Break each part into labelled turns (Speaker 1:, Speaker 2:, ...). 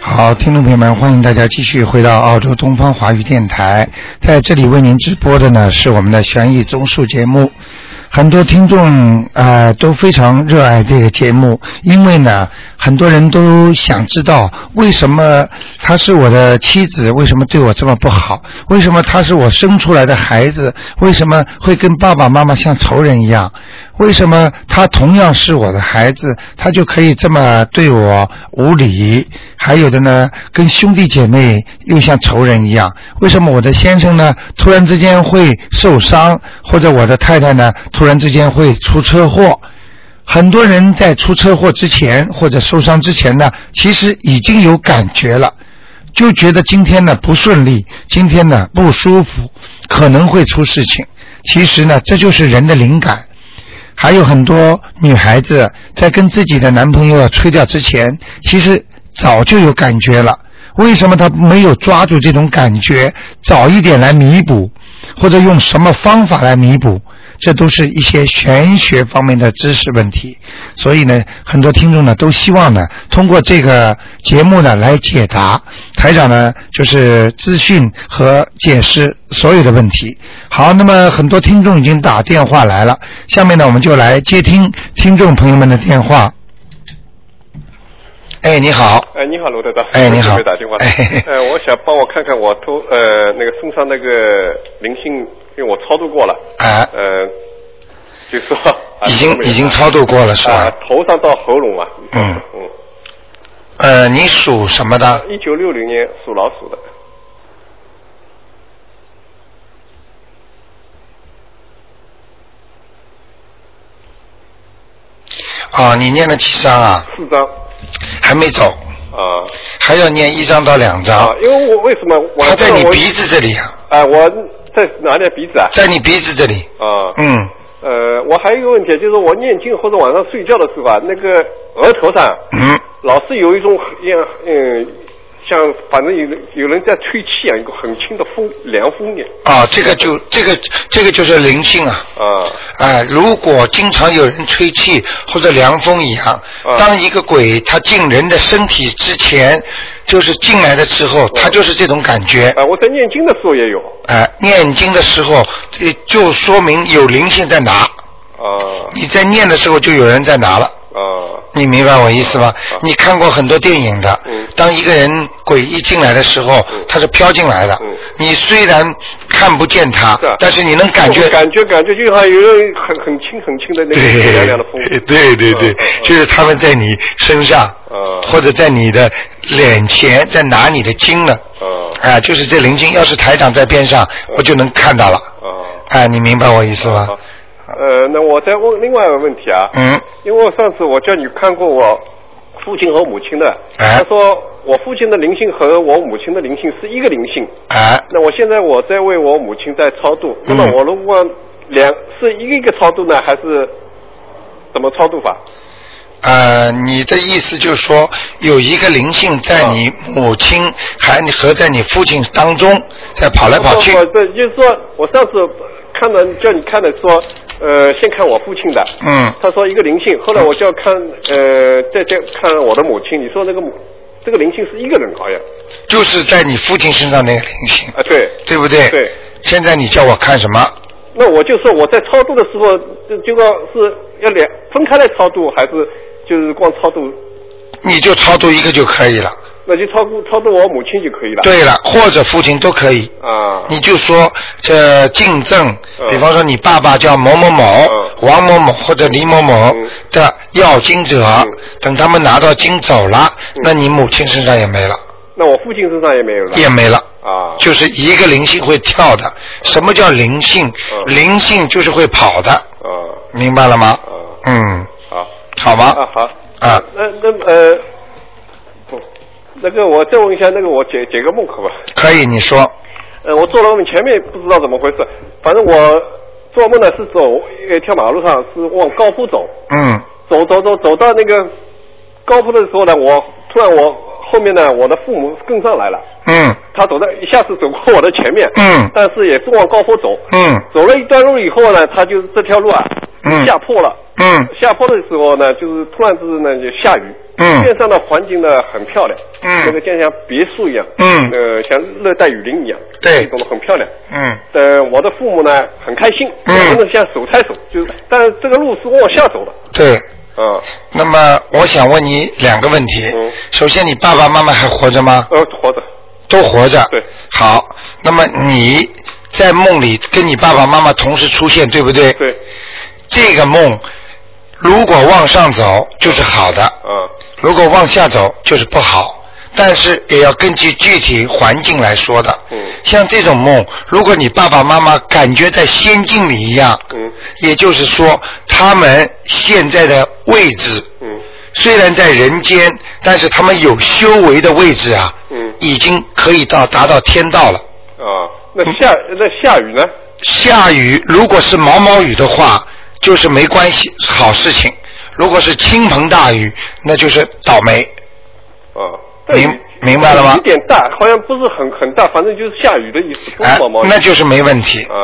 Speaker 1: 好，听众朋友们，欢迎大家继续回到澳洲东方华语电台，在这里为您直播的呢是我们的悬疑综述节目。很多听众呃都非常热爱这个节目，因为呢，很多人都想知道为什么她是我的妻子，为什么对我这么不好？为什么她是我生出来的孩子？为什么会跟爸爸妈妈像仇人一样？为什么她同样是我的孩子，她就可以这么对我无礼？还有的呢，跟兄弟姐妹又像仇人一样。为什么我的先生呢，突然之间会受伤，或者我的太太呢，突然之间会出车祸？很多人在出车祸之前或者受伤之前呢，其实已经有感觉了，就觉得今天呢不顺利，今天呢不舒服，可能会出事情。其实呢，这就是人的灵感。还有很多女孩子在跟自己的男朋友吹掉之前，其实早就有感觉了。为什么她没有抓住这种感觉，早一点来弥补，或者用什么方法来弥补？这都是一些玄学方面的知识问题。所以呢，很多听众呢都希望呢通过这个节目呢来解答台长呢就是资讯和解释所有的问题。好，那么很多听众已经打电话来了，下面呢我们就来接听听众朋友们的电话。哎，你好，
Speaker 2: 哎，你好，罗德长。
Speaker 1: 哎你好
Speaker 2: 谢谢打电话。
Speaker 1: 哎
Speaker 2: 呃，我想帮我看看我头呃那个身上那个灵性，因为我超度过了，
Speaker 1: 啊，
Speaker 2: 呃，就说啊
Speaker 1: 已经
Speaker 2: 没有
Speaker 1: 已经超度过了是
Speaker 2: 啊
Speaker 1: 吧？，
Speaker 2: 头上到喉咙嘛。
Speaker 1: 嗯，
Speaker 2: 嗯，
Speaker 1: 呃，你属什么的？
Speaker 2: 一九六零年属老鼠的，
Speaker 1: 啊，你念了几张啊？
Speaker 2: 四张
Speaker 1: 还没走，
Speaker 2: 啊
Speaker 1: 还要念一张到两张
Speaker 2: 啊。，因为我为什么我
Speaker 1: 他在你
Speaker 2: 我
Speaker 1: 鼻子这里啊。
Speaker 2: 啊，我在哪里啊鼻子啊？
Speaker 1: 在你鼻子这里。
Speaker 2: 啊，
Speaker 1: 嗯，
Speaker 2: 呃，我还有一个问题，就是我念经或者晚上睡觉的时候啊，那个额头上
Speaker 1: 嗯，
Speaker 2: 老是有一种很像嗯，像反正有有人在吹气啊，有个很轻的风凉风的
Speaker 1: 啊，这个就这个这个就是灵性啊。
Speaker 2: 啊
Speaker 1: 哎，如果经常有人吹气或者凉风一样，
Speaker 2: 嗯
Speaker 1: 当一个鬼他进人的身体之前，就是进来的时候，他就是这种感觉。
Speaker 2: 啊！我在念经的时候也有
Speaker 1: 哎，念经的时候，呃就说明有灵性在拿。
Speaker 2: 啊
Speaker 1: 你在念的时候，就有人在拿了。
Speaker 2: 啊
Speaker 1: 你明白我意思吗？你看过很多电影的
Speaker 2: 嗯，
Speaker 1: 当一个人鬼一进来的时候，他是飘进来的
Speaker 2: 嗯。
Speaker 1: 你虽然看不见他
Speaker 2: 是啊，
Speaker 1: 但是你能感觉
Speaker 2: 我感觉感觉就好像有人很很轻很轻的那个凉凉的风
Speaker 1: 对对对对
Speaker 2: 嗯嗯，
Speaker 1: 就是他们在你身上
Speaker 2: 嗯，
Speaker 1: 或者在你的脸前，在拿你的经了。
Speaker 2: 嗯
Speaker 1: 啊，就是这灵经，要是台长在边上，我就能看到了。
Speaker 2: 啊
Speaker 1: 哎，你明白我意思吗？
Speaker 2: 啊呃，那我再问另外一个问题啊，
Speaker 1: 嗯，
Speaker 2: 因为我上次我叫你看过我父亲和母亲的，
Speaker 1: 哎
Speaker 2: 他说我父亲的灵性和我母亲的灵性是一个灵性，
Speaker 1: 哎，
Speaker 2: 那我现在我在为我母亲在超度，那么
Speaker 1: 嗯
Speaker 2: 我如果两是一个一个超度呢，还是怎么超度法？
Speaker 1: 呃，你的意思就是说，有一个灵性在你母亲还和在你父亲当中在跑来跑去
Speaker 2: 我，这就是说我上次看了叫你看的说，呃，先看我父亲的，
Speaker 1: 嗯
Speaker 2: 他说一个灵性，后来我就要看呃，再再看我的母亲，你说那个母这个灵性是一个人好像
Speaker 1: 就是在你父亲身上那个灵性，
Speaker 2: 啊对，
Speaker 1: 对不对？
Speaker 2: 对。
Speaker 1: 现在你叫我看什么？
Speaker 2: 那我就说我在超度的时候，这这个是要两分开来超度，还是就是光超度？
Speaker 1: 你就超度一个就可以了。
Speaker 2: 那就超度超度我母亲就可以了。
Speaker 1: 对了，或者父亲都可以。
Speaker 2: 啊，
Speaker 1: 你就说这敬赠，
Speaker 2: 嗯
Speaker 1: 比方说你爸爸叫某某某、
Speaker 2: 嗯
Speaker 1: 王某某或者李某某
Speaker 2: 嗯
Speaker 1: 的要经者，等他们拿到经走了，
Speaker 2: 嗯
Speaker 1: 那你母亲身上也没了，
Speaker 2: 那我父亲身上也没有了。
Speaker 1: 也没了。
Speaker 2: 啊，
Speaker 1: 就是一个灵性会跳的。什么叫灵性？
Speaker 2: 嗯
Speaker 1: 灵性就是会跑的，
Speaker 2: 啊
Speaker 1: 明白了吗？
Speaker 2: 啊，
Speaker 1: 嗯，
Speaker 2: 好
Speaker 1: 好
Speaker 2: 啊
Speaker 1: 吗？
Speaker 2: 好
Speaker 1: 啊，
Speaker 2: 那那呃，不，那个我再问一下，那个我解解个梦可吧？
Speaker 1: 可以，你说，
Speaker 2: 呃，我做了个梦，前面不知道怎么回事，反正我做梦呢是走一条马路上，是往高坡走，
Speaker 1: 嗯
Speaker 2: 走走走走到那个高坡的时候呢，我突然我后面呢，我的父母跟上来了，
Speaker 1: 嗯
Speaker 2: 他走到一下子走过我的前面，
Speaker 1: 嗯
Speaker 2: 但是也是往高坡走，
Speaker 1: 嗯
Speaker 2: 走了一段路以后呢，他就这条路啊
Speaker 1: 嗯
Speaker 2: 下坡了，
Speaker 1: 嗯
Speaker 2: 下坡的时候呢，就是突然之间呢就下雨，
Speaker 1: 嗯
Speaker 2: 边上的环境呢很漂亮，
Speaker 1: 嗯
Speaker 2: 那个就像别墅一样，
Speaker 1: 嗯
Speaker 2: 呃，像热带雨林一样，
Speaker 1: 对
Speaker 2: 懂得很漂亮。
Speaker 1: 嗯
Speaker 2: 呃，我的父母呢很开心，
Speaker 1: 嗯
Speaker 2: 真的像手拆手，就是，但是这个路是往下走的，
Speaker 1: 对。
Speaker 2: 啊，
Speaker 1: 那么我想问你两个问题。
Speaker 2: 嗯
Speaker 1: 首先，你爸爸妈妈还活着吗？
Speaker 2: 呃，活着，
Speaker 1: 都活着。
Speaker 2: 对。
Speaker 1: 好，那么你在梦里跟你爸爸妈妈同时出现，对不对？。
Speaker 2: 对，
Speaker 1: 这个梦如果往上走就是好的，
Speaker 2: 啊，
Speaker 1: 如果往下走就是不好。但是也要根据具体环境来说的。
Speaker 2: 嗯
Speaker 1: 像这种梦，如果你爸爸妈妈感觉在仙境里一样，
Speaker 2: 嗯
Speaker 1: 也就是说，他们现在的位置
Speaker 2: 嗯
Speaker 1: 虽然在人间，但是他们有修为的位置啊，
Speaker 2: 嗯，
Speaker 1: 已经可以到达到天道了。
Speaker 2: 啊，那下那下雨呢？
Speaker 1: 下雨如果是毛毛雨的话，就是没关系，是好事情；如果是倾盆大雨，那就是倒霉。
Speaker 2: 啊，
Speaker 1: 明明白了吗
Speaker 2: 有点大，好像不是很很大，反正就是下雨的意思，不
Speaker 1: 哎
Speaker 2: 是毛毛雨。，
Speaker 1: 那就是没问题，
Speaker 2: 啊，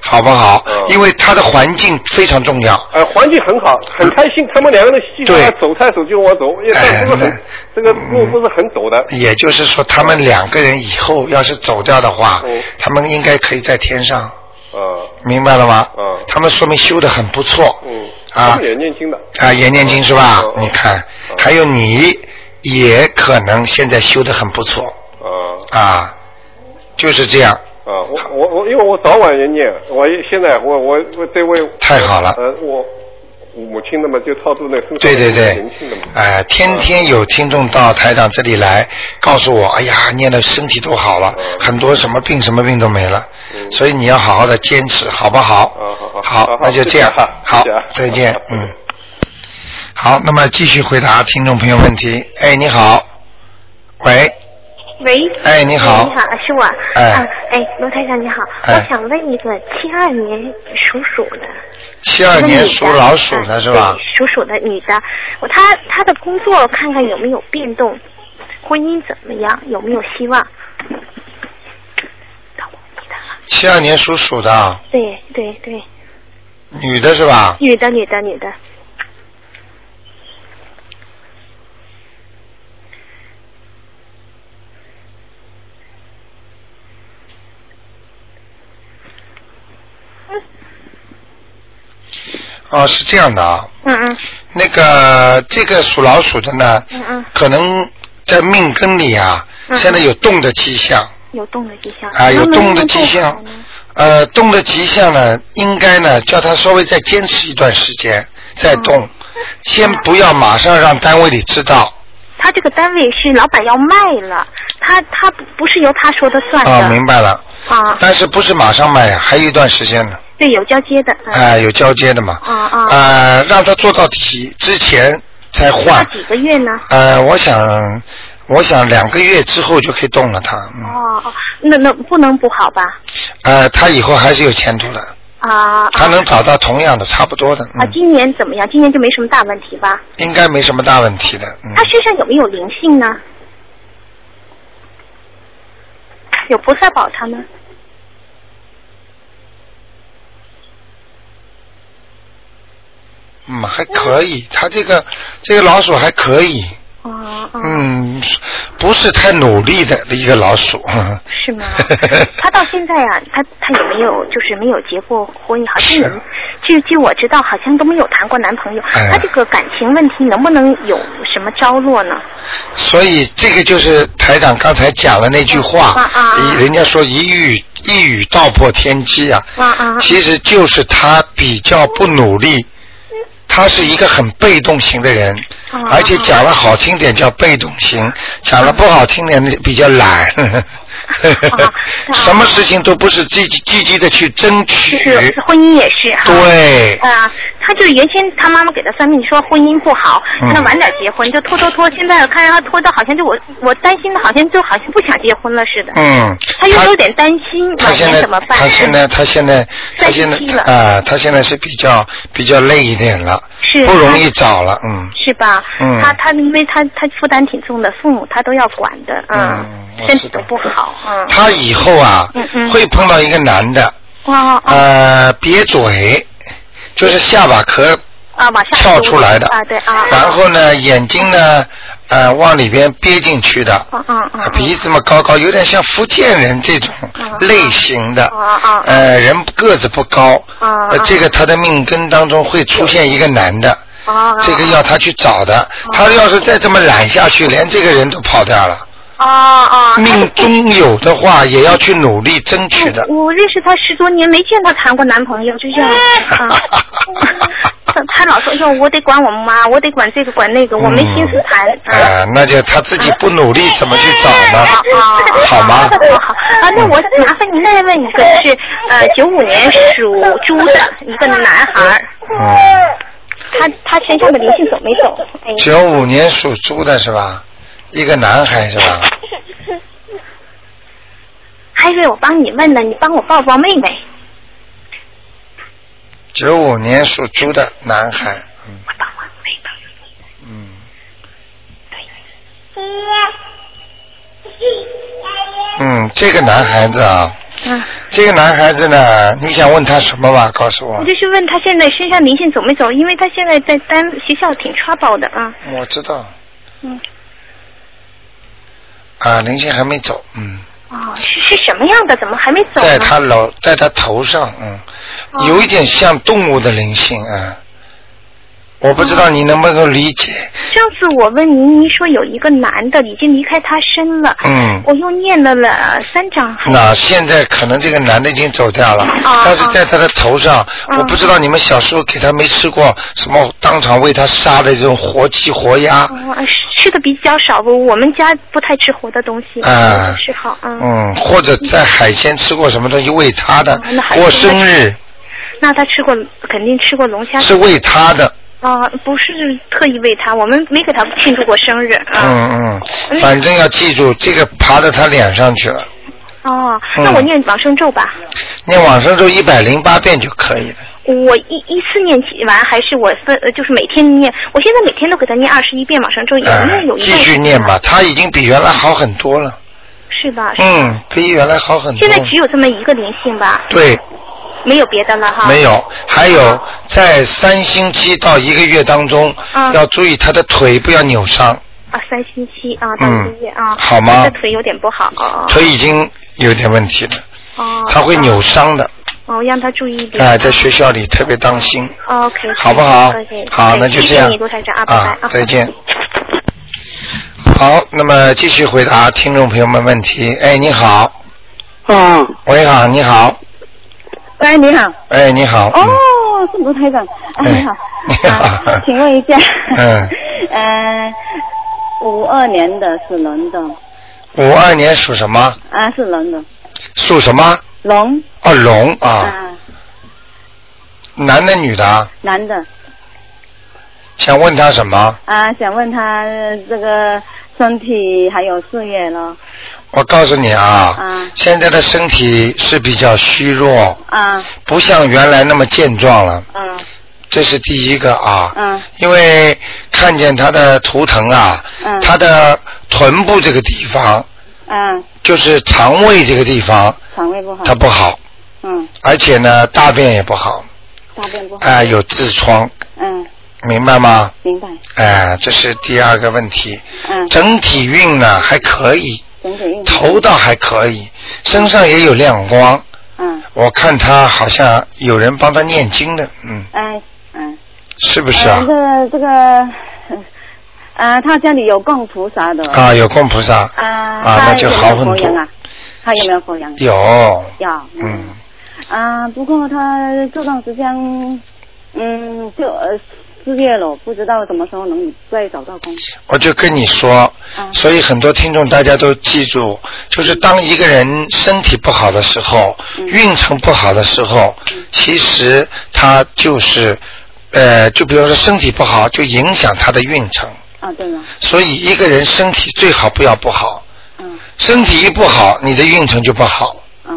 Speaker 1: 好不好
Speaker 2: 嗯？
Speaker 1: 因为它的环境非常重要。
Speaker 2: 呃，环境很好，很开心，他们两个人基本上
Speaker 1: 对
Speaker 2: 手牵手就往走，也但不是
Speaker 1: 哎
Speaker 2: 很，这个路不是很陡的。
Speaker 1: 也就是说，他们两个人以后要是走掉的话
Speaker 2: 嗯，
Speaker 1: 他们应该可以在天上，
Speaker 2: 啊，
Speaker 1: 明白了吗
Speaker 2: 嗯？
Speaker 1: 他们说明修得很不错。
Speaker 2: 嗯，
Speaker 1: 啊
Speaker 2: 他们也念经的。
Speaker 1: 啊，也念经是吧
Speaker 2: 嗯？嗯
Speaker 1: 你看
Speaker 2: 嗯，
Speaker 1: 还有你也可能现在修得很不错
Speaker 2: 啊
Speaker 1: 啊，就是这样，
Speaker 2: 啊，我我我，因为我早晚也念，我也现在我我我这位
Speaker 1: 太好了。
Speaker 2: 呃我母亲的嘛，就操作那个身上
Speaker 1: 对对对
Speaker 2: 年轻的嘛，，
Speaker 1: 哎、天天有听众到台长这里来，告诉我，哎呀，念的身体都好了，
Speaker 2: 嗯
Speaker 1: 很多什么病什么病都没了，
Speaker 2: 嗯
Speaker 1: 所以你要好好的坚持，好不好？
Speaker 2: 嗯好好
Speaker 1: 好
Speaker 2: 好好
Speaker 1: 那就这样
Speaker 2: 谢谢啊，
Speaker 1: 好
Speaker 2: 谢谢啊，
Speaker 1: 再见
Speaker 2: 好，
Speaker 1: 嗯。好，那么继续回答听众朋友问题。哎，你好，喂，
Speaker 3: 喂，
Speaker 1: 哎你好
Speaker 3: 喂你好，是我。
Speaker 1: 哎
Speaker 3: 啊哎，罗台长你好，
Speaker 1: 哎
Speaker 3: 我想问一个七二年属鼠的，
Speaker 1: 七二
Speaker 3: 一个女
Speaker 1: 年
Speaker 3: 的啊
Speaker 1: 属老鼠的是吧
Speaker 3: 对？属鼠的女的，我她她的工作看看有没有变动，婚姻怎么样，有没有希望？
Speaker 1: 七二年属鼠的啊，
Speaker 3: 对对对，
Speaker 1: 女的是吧？
Speaker 3: 女的女的女的，
Speaker 1: 哦，是这样的啊，
Speaker 3: 嗯嗯
Speaker 1: 那个这个属老鼠的呢，
Speaker 3: 嗯嗯，
Speaker 1: 可能在命根里啊，
Speaker 3: 嗯
Speaker 1: 现在有动的迹象。
Speaker 3: 有动的迹象
Speaker 1: 啊有动的迹象
Speaker 3: 能不能动好呢
Speaker 1: 呃，动的迹象呢，应该呢叫他稍微再坚持一段时间再
Speaker 3: 嗯
Speaker 1: 动，先不要马上让单位里知道
Speaker 3: 他这个单位是老板要卖了，他他不不是由他说的算的
Speaker 1: 啊，明白了。
Speaker 3: 啊
Speaker 1: 但是不是马上卖呀，啊还有一段时间呢，
Speaker 3: 对，有交接的。嗯
Speaker 1: 哎、有交接的嘛，
Speaker 3: 啊啊
Speaker 1: 呃，让他做到底之前才换
Speaker 3: 那，几个月呢？
Speaker 1: 呃，我想，我想两个月之后就可以动了他，嗯，
Speaker 3: 哦，哦那那不能不好吧？
Speaker 1: 呃，他以后还是有前途的，
Speaker 3: 啊
Speaker 1: 他
Speaker 3: 啊
Speaker 1: 能找到同样的差不多的，
Speaker 3: 啊！
Speaker 1: 嗯，
Speaker 3: 今年怎么样？今年就没什么大问题吧？
Speaker 1: 应该没什么大问题的，嗯
Speaker 3: 他，身上有没有灵性呢？有菩萨保他呢？
Speaker 1: 嗯，还可以，他这个这个老鼠还可以，
Speaker 3: 哦哦，
Speaker 1: 嗯，不是太努力的一个老鼠，
Speaker 3: 是吗？他到现在啊，他他有没有就是没有结过婚？好像也
Speaker 1: 是啊
Speaker 3: 据据我知道，好像都没有谈过男朋友。
Speaker 1: 哎
Speaker 3: 他这个感情问题能不能有什么着落呢？
Speaker 1: 所以这个就是台长刚才讲的那句话
Speaker 3: 啊啊，啊
Speaker 1: 一人家说一语一语道破天机啊，
Speaker 3: 啊啊！
Speaker 1: 其实就是他比较不努力，他是一个很被动型的人，
Speaker 3: 啊
Speaker 1: 而且讲了好听点叫被动型，讲了不好听点比较懒，
Speaker 3: 啊
Speaker 1: 什么事情都不是积极积极的去争
Speaker 3: 就
Speaker 1: 取，
Speaker 3: 是婚姻也是哈。
Speaker 1: 哎对，
Speaker 3: 啊，他就是原先他妈妈给他算命说婚姻不好，
Speaker 1: 嗯
Speaker 3: 让他晚点结婚，就拖拖拖。现在看他拖到好像就我我担心的，好像就好像不想结婚了似的。
Speaker 1: 嗯，
Speaker 3: 他又有点担心
Speaker 1: 他
Speaker 3: 晚
Speaker 1: 现
Speaker 3: 年
Speaker 1: 在
Speaker 3: 怎么办？
Speaker 1: 他现在他现在他现在
Speaker 3: 37了
Speaker 1: 啊、他现在是比较比较累一点了，
Speaker 3: 是
Speaker 1: 不容易找了，嗯
Speaker 3: 是吧？
Speaker 1: 嗯
Speaker 3: 他他因为他他负担挺重的，父母他都要管的，
Speaker 1: 嗯我
Speaker 3: 身
Speaker 1: 知
Speaker 3: 体
Speaker 1: 道
Speaker 3: 都不好，嗯。
Speaker 1: 他以后啊、
Speaker 3: 嗯嗯
Speaker 1: 会碰到一个男的，
Speaker 3: 哇哦
Speaker 1: 呃，瘪嘴，就是下巴壳
Speaker 3: 哦啊，往下
Speaker 1: 跳出来的
Speaker 3: 啊，对啊，
Speaker 1: 然后呢，眼睛呢，呃，往里边憋进去的，
Speaker 3: 嗯嗯嗯
Speaker 1: 啊鼻子嘛高高，有点像福建人这种
Speaker 3: 哦
Speaker 1: 类型的，
Speaker 3: 啊啊啊
Speaker 1: 呃，人个子不高，
Speaker 3: 啊
Speaker 1: 呃
Speaker 3: 啊
Speaker 1: 这个他的命根当中会出现一个男的，
Speaker 3: 啊，
Speaker 1: 这个要他去找的，他要是再这么懒下去，连这个人都跑掉了。
Speaker 3: 啊啊，
Speaker 1: 命中有的话，也要去努力争取的。
Speaker 3: 我认识他十多年，没见他谈过男朋友，就 这样。啊他他老说，哎呦，我得管我妈，我得管这个管那个，我没心思谈。哎
Speaker 1: 哎、那就他自己不努力，怎么去找呢？好吗？
Speaker 3: 好好啊，那我麻烦您再问一个，是呃九五年属猪的一个男孩儿，
Speaker 1: 嗯，
Speaker 3: 他他身上的灵性走没走？哎，
Speaker 1: 九五年属猪的是吧？一个男孩是吧？
Speaker 3: 海瑞，我帮你问呢，你帮我抱抱妹妹，
Speaker 1: 九五年属猪的男孩，嗯
Speaker 3: 我帮我妹妹。
Speaker 1: 嗯，嗯，这个男孩子啊，
Speaker 3: 嗯，
Speaker 1: 这个男孩子呢，你想问他什么吧？告诉我
Speaker 3: 我。就是问他现在身上灵性走没走，因为他现在在单学校挺 trouble 的啊。
Speaker 1: 我知道
Speaker 3: 嗯，
Speaker 1: 啊，林性还没走，嗯，
Speaker 3: 哦，是是什么样的？怎么还没走呢？哦
Speaker 1: 在他脑，在他头上，嗯，有一点像动物的灵性啊，我不
Speaker 3: 哦
Speaker 1: 知道你能不能够理解，
Speaker 3: 上次我问您，您说有一个男的已经离开他身了，
Speaker 1: 嗯。
Speaker 3: 我又念了了三张，还
Speaker 1: 那现在可能这个男的已经走掉了，
Speaker 3: 啊
Speaker 1: 但是在他的头上，
Speaker 3: 啊
Speaker 1: 我不知道你们小时候给他没吃过什么当场为他杀的这种活鸡活鸭，
Speaker 3: 哦吃的比较少，我我们家不太吃活的东西，
Speaker 1: 啊
Speaker 3: 哦吃好，嗯，
Speaker 1: 嗯，或者在海鲜吃过什么东西喂他的
Speaker 3: 哦那，还
Speaker 1: 过生日
Speaker 3: 那他吃过肯定吃过龙虾，
Speaker 1: 是喂他的，
Speaker 3: 啊、不是特意喂他，我们没给他庆祝过生日，啊、
Speaker 1: 嗯嗯，反正要记住这个爬到他脸上去了，
Speaker 3: 哦，
Speaker 1: 嗯
Speaker 3: 那我念往生咒吧，
Speaker 1: 念往生咒一百零八遍就可以了。
Speaker 3: 我一一次念起完，还是我分，呃就是每天念，我现在每天都给他念二十一遍往生咒，有
Speaker 1: 哎
Speaker 3: 念有一
Speaker 1: 继
Speaker 3: 半
Speaker 1: 续念吧，他已经比原来好很多了，
Speaker 3: 是吧？是
Speaker 1: 嗯，比原来好很多
Speaker 3: 哎现。在只有这么一个灵性吧，
Speaker 1: 对，
Speaker 3: 没有别的了哈。
Speaker 1: 没有，还有在三星期到一个月当中，
Speaker 3: 嗯
Speaker 1: 要注意他的腿不要扭伤，
Speaker 3: 啊，三星期啊，到一个月啊，
Speaker 1: 嗯好吗
Speaker 3: 这腿有点不好哦
Speaker 1: 腿已经有点问题了，
Speaker 3: 哦，
Speaker 1: 他会扭伤的，
Speaker 3: 哦，让他注意一点。
Speaker 1: 哎，在学校里特别当心，
Speaker 3: 哦 OK，
Speaker 1: 好不好
Speaker 3: OK，？
Speaker 1: 好，
Speaker 3: 对
Speaker 1: 那就这
Speaker 3: 谢谢
Speaker 1: 样
Speaker 3: 你卢台长啊，拜
Speaker 1: 啊
Speaker 3: 拜啊，
Speaker 1: 再见。好，那么继续回答听众朋友们问题。哎，你好，
Speaker 4: 哦，
Speaker 1: 喂，好，你好，
Speaker 4: 喂，你好。
Speaker 1: 哎，你好，
Speaker 4: 哦
Speaker 1: 嗯，
Speaker 4: 是卢台长。啊，
Speaker 1: 哎
Speaker 4: 你好。
Speaker 1: 你好
Speaker 4: 啊，请问一下。
Speaker 1: 嗯。
Speaker 4: 呃，五二年的是龙的，
Speaker 1: 五二年属什么？
Speaker 4: 啊，是龙的，
Speaker 1: 属什么？
Speaker 4: 龙
Speaker 1: 哦，龙啊，
Speaker 4: 啊，嗯
Speaker 1: 男的女的啊？
Speaker 4: 男的
Speaker 1: 想问他什么？
Speaker 4: 啊，想问他呃这个身体还有事业咯，
Speaker 1: 我告诉你啊，
Speaker 4: 嗯
Speaker 1: 现在的身体是比较虚弱，
Speaker 4: 啊，
Speaker 1: 不像原来那么健壮了，
Speaker 4: 嗯
Speaker 1: 这是第一个啊。
Speaker 4: 嗯
Speaker 1: 因为看见他的图腾啊，
Speaker 4: 嗯
Speaker 1: 他的臀部这个地方，
Speaker 4: 嗯，
Speaker 1: 就是肠胃这个地方，
Speaker 4: 肠胃不好，
Speaker 1: 它不好，
Speaker 4: 嗯，
Speaker 1: 而且呢，大便也不好，
Speaker 4: 大便不好，
Speaker 1: 哎、有痔疮，
Speaker 4: 嗯，
Speaker 1: 明白吗？
Speaker 4: 明白，
Speaker 1: 哎、这是第二个问题。
Speaker 4: 嗯，
Speaker 1: 整体运呢还可以，
Speaker 4: 整体运程，
Speaker 1: 头倒还可以，身上也有亮光。
Speaker 4: 嗯，
Speaker 1: 我看他好像有人帮他念经的，嗯，
Speaker 4: 哎，嗯，
Speaker 1: 是不是啊
Speaker 4: 呃这？个这个，呃，他家里有供菩萨的，
Speaker 1: 啊，有供菩萨，
Speaker 4: 啊，
Speaker 1: 啊，
Speaker 4: 他
Speaker 1: 那就好很
Speaker 4: 有没有佛
Speaker 1: 多
Speaker 4: 缘。啊，他有没有佛缘？
Speaker 1: 有，
Speaker 4: 有，
Speaker 1: 嗯，
Speaker 4: 啊，不过他这段时间，嗯，就呃失业了，不知道什么时候能再找到工作。
Speaker 1: 我就跟你说，
Speaker 4: 啊，
Speaker 1: 所以很多听众大家都记住，就是当一个人身体不好的时候，
Speaker 4: 嗯
Speaker 1: 运程不好的时候，其实他就是，呃，就比如说身体不好，就影响他的运程。
Speaker 4: 啊，对了，
Speaker 1: 所以一个人身体最好不要不好，
Speaker 4: 嗯，
Speaker 1: 身体一不好，你的运程就不好，
Speaker 4: 啊，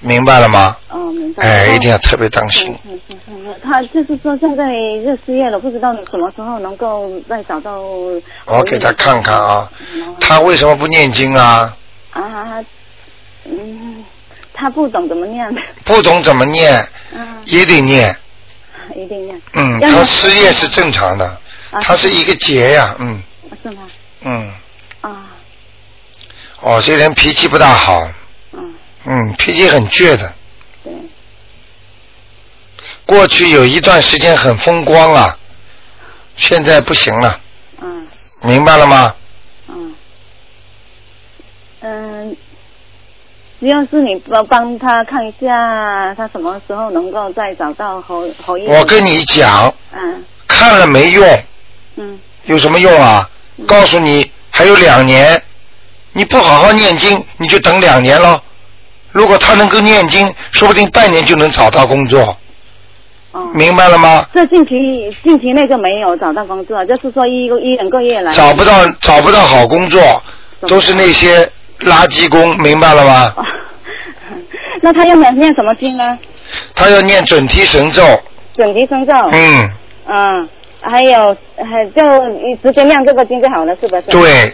Speaker 1: 明白了吗？
Speaker 4: 哦，明白。
Speaker 1: 哎，
Speaker 4: 哦
Speaker 1: 一定要特别当心
Speaker 4: 嗯。嗯嗯嗯他就是说现在就失业了，不知道什么时候能够再找到。
Speaker 1: 我给他看看啊
Speaker 4: 嗯。然后
Speaker 1: 他为什么不念经啊？
Speaker 4: 啊，嗯，他不懂怎么念。
Speaker 1: 不懂怎么念，
Speaker 4: 嗯，
Speaker 1: 也得念，
Speaker 4: 也一定要。
Speaker 1: 嗯，
Speaker 4: 要不
Speaker 1: 他
Speaker 4: 然
Speaker 1: 失业是正常的，
Speaker 4: 啊
Speaker 1: 他是一个劫呀，嗯
Speaker 4: 是吗？
Speaker 1: 嗯，
Speaker 4: 啊，
Speaker 1: 哦，这人脾气不大好，
Speaker 4: 嗯，
Speaker 1: 嗯，脾气很倔的，
Speaker 4: 对，
Speaker 1: 过去有一段时间很风光啊，现在不行了，
Speaker 4: 嗯
Speaker 1: 明白了吗？
Speaker 4: 嗯，嗯，只要是你帮帮他看一下，他什么时候能够再找到侯侯医生？
Speaker 1: 我跟你讲，
Speaker 4: 嗯
Speaker 1: 看了没用，
Speaker 4: 嗯
Speaker 1: 有什么用啊？告诉你还有两年，你不好好念经，你就等两年咯。如果他能够念经，说不定半年就能找到工作，
Speaker 4: 哦。
Speaker 1: 明白了吗？
Speaker 4: 这近期近期那个没有找到工作，就是说一个一两个月来
Speaker 1: 找不到找不到好工作，都是那些垃圾工，明白了吗？
Speaker 4: 哦那他要念念什么经呢？
Speaker 1: 他要念准提神咒，
Speaker 4: 准提神咒，
Speaker 1: 嗯，
Speaker 4: 嗯，还有还就你直接念这个经就好了，是不是？，
Speaker 1: 对，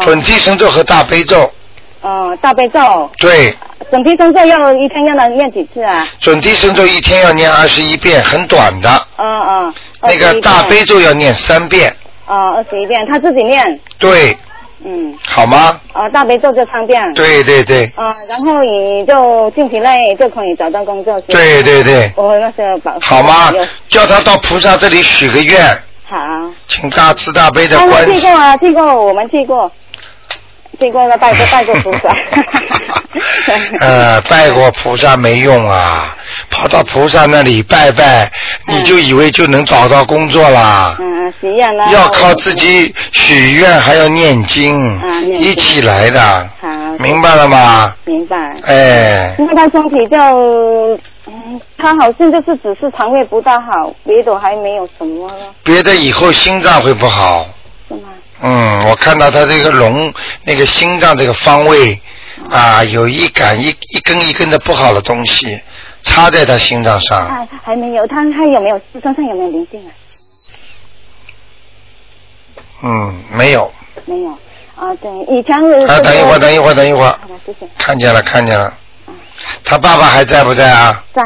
Speaker 1: 准
Speaker 4: 哦，
Speaker 1: 提神咒和大悲咒，
Speaker 4: 哦大悲咒，
Speaker 1: 对，
Speaker 4: 准提神咒要一天要能念几次啊？
Speaker 1: 准提神咒一天要念二十一遍，很短的，
Speaker 4: 嗯嗯，
Speaker 1: 那个大悲
Speaker 4: 21遍，
Speaker 1: 咒要念三遍，
Speaker 4: 哦，二十一遍，他自己念，
Speaker 1: 对，
Speaker 4: 嗯，
Speaker 1: 好吗？
Speaker 4: 哦，大悲咒就三遍，，
Speaker 1: 对对对，
Speaker 4: 嗯，然后你就近期内就可以找到工作，是吧
Speaker 1: 对，对对，
Speaker 4: 我那时候保
Speaker 1: 好吗
Speaker 4: 有？
Speaker 1: 叫他到菩萨这里许个愿，
Speaker 4: 好。
Speaker 1: 请大慈大悲的
Speaker 4: 啊，我
Speaker 1: 观
Speaker 4: 去
Speaker 1: 世。
Speaker 4: 过啊，去过，我们去过，去过了拜过拜过菩萨
Speaker 1: 呃，拜过菩萨没用啊，跑到菩萨那里拜拜，你就以为就能找到工作啦？
Speaker 4: 嗯，许愿啦。
Speaker 1: 要靠自。己许愿，还要念经
Speaker 4: 啊，念经
Speaker 1: 一起来的，
Speaker 4: 好，
Speaker 1: 明白了吗？
Speaker 4: 明白。
Speaker 1: 哎，
Speaker 4: 因为他身体就，嗯，他好像就是只是肠胃不大好，别的还没有什么了，
Speaker 1: 别的以后心脏会不好。
Speaker 4: 是吗？
Speaker 1: 嗯，我看到他这个龙，那个心脏这个方位啊，有一杆一一根一根的不好的东西插在他心脏上，
Speaker 4: 他还没有，他他有没有身上有没有灵性啊？
Speaker 1: 嗯，没有。
Speaker 4: 没有。啊，对，以前我。
Speaker 1: 啊，等一会儿，等一会儿，等一会儿，
Speaker 4: 好的，谢谢。
Speaker 1: 看见了，看见了。他爸爸还在不在啊？
Speaker 4: 在，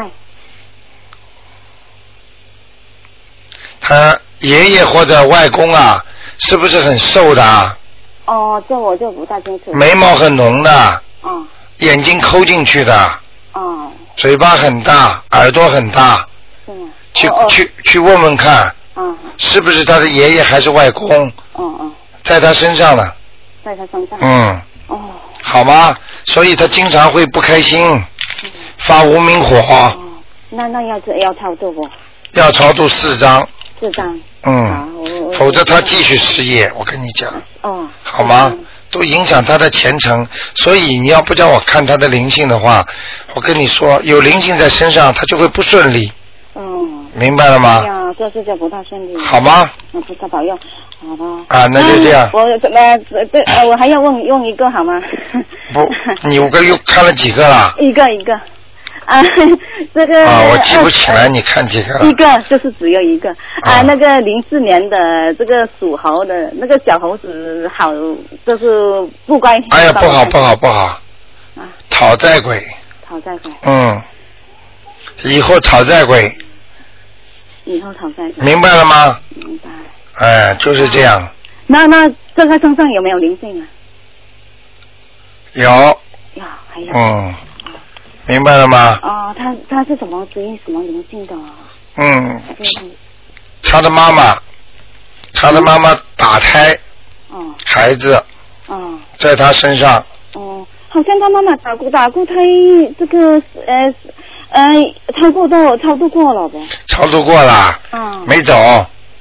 Speaker 1: 他爷爷或者外公啊，是不是很瘦的啊？
Speaker 4: 哦，这我就不大清楚。。
Speaker 1: 眉毛很浓的，
Speaker 4: 哦
Speaker 1: 眼睛抠进去的，
Speaker 4: 哦，
Speaker 1: 嘴巴很大，耳朵很大。
Speaker 4: 是吗？
Speaker 1: 去
Speaker 4: 哦。
Speaker 1: 去去问问看，
Speaker 4: 哦
Speaker 1: 是不是他的爷爷还是外公
Speaker 4: 哦哦，
Speaker 1: 在他身上了？
Speaker 4: 在他身上。
Speaker 1: 嗯，
Speaker 4: 哦
Speaker 1: 好吗？所以他经常会不开心，发无名火，
Speaker 4: 哦，那那要这要操作不？
Speaker 1: 要超度四张，
Speaker 4: 四张。好
Speaker 1: 嗯，，
Speaker 4: 我我
Speaker 1: 否则他继续失业。我跟你讲，
Speaker 4: 哦，
Speaker 1: 好吗
Speaker 4: 嗯？
Speaker 1: 都影响他的前程。所以你要不叫我看他的灵性的话，我跟你说，有灵性在身上，他就会不顺利，
Speaker 4: 嗯，
Speaker 1: 明白了
Speaker 4: 哎
Speaker 1: 吗？
Speaker 4: 呀，做事就不大顺利。
Speaker 1: 啊好吗？
Speaker 4: 嗯，菩萨保佑。好的。
Speaker 1: 啊那就这样
Speaker 4: 哎我怎么对？呃我还要问问一个好吗？
Speaker 1: 不，你我跟又看了几个了？
Speaker 4: 一个一个啊， 这个
Speaker 1: 啊，我记不
Speaker 4: 二
Speaker 1: 起来，你看几个了
Speaker 4: 一？个就是只有一个
Speaker 1: 啊
Speaker 4: 啊，那个零四年的这个属猴的那个小猴子好，就是不乖。
Speaker 1: 哎呀，不好不
Speaker 4: 好。
Speaker 1: 好不好
Speaker 4: 啊，
Speaker 1: 讨债鬼，
Speaker 4: 讨债鬼，
Speaker 1: 嗯，以后讨债鬼，
Speaker 4: 以后讨债鬼，
Speaker 1: 明白了吗？
Speaker 4: 明白。
Speaker 1: 哎，就是这样，
Speaker 4: 那那这个身上有没有灵性啊？
Speaker 1: 有，
Speaker 4: 有，还有。
Speaker 1: 嗯，明白了吗？
Speaker 4: 哦，他他是什么属于什么灵性的？哦
Speaker 1: 嗯，
Speaker 4: 嗯，
Speaker 1: 他的妈妈，他的妈妈打胎
Speaker 4: 哦
Speaker 1: 孩子
Speaker 4: 哦
Speaker 1: 在他身上，
Speaker 4: 哦，好像他妈妈打过打过胎，这个呃呃超过到超度过了不？
Speaker 1: 超度过了，
Speaker 4: 啊，
Speaker 1: 没走，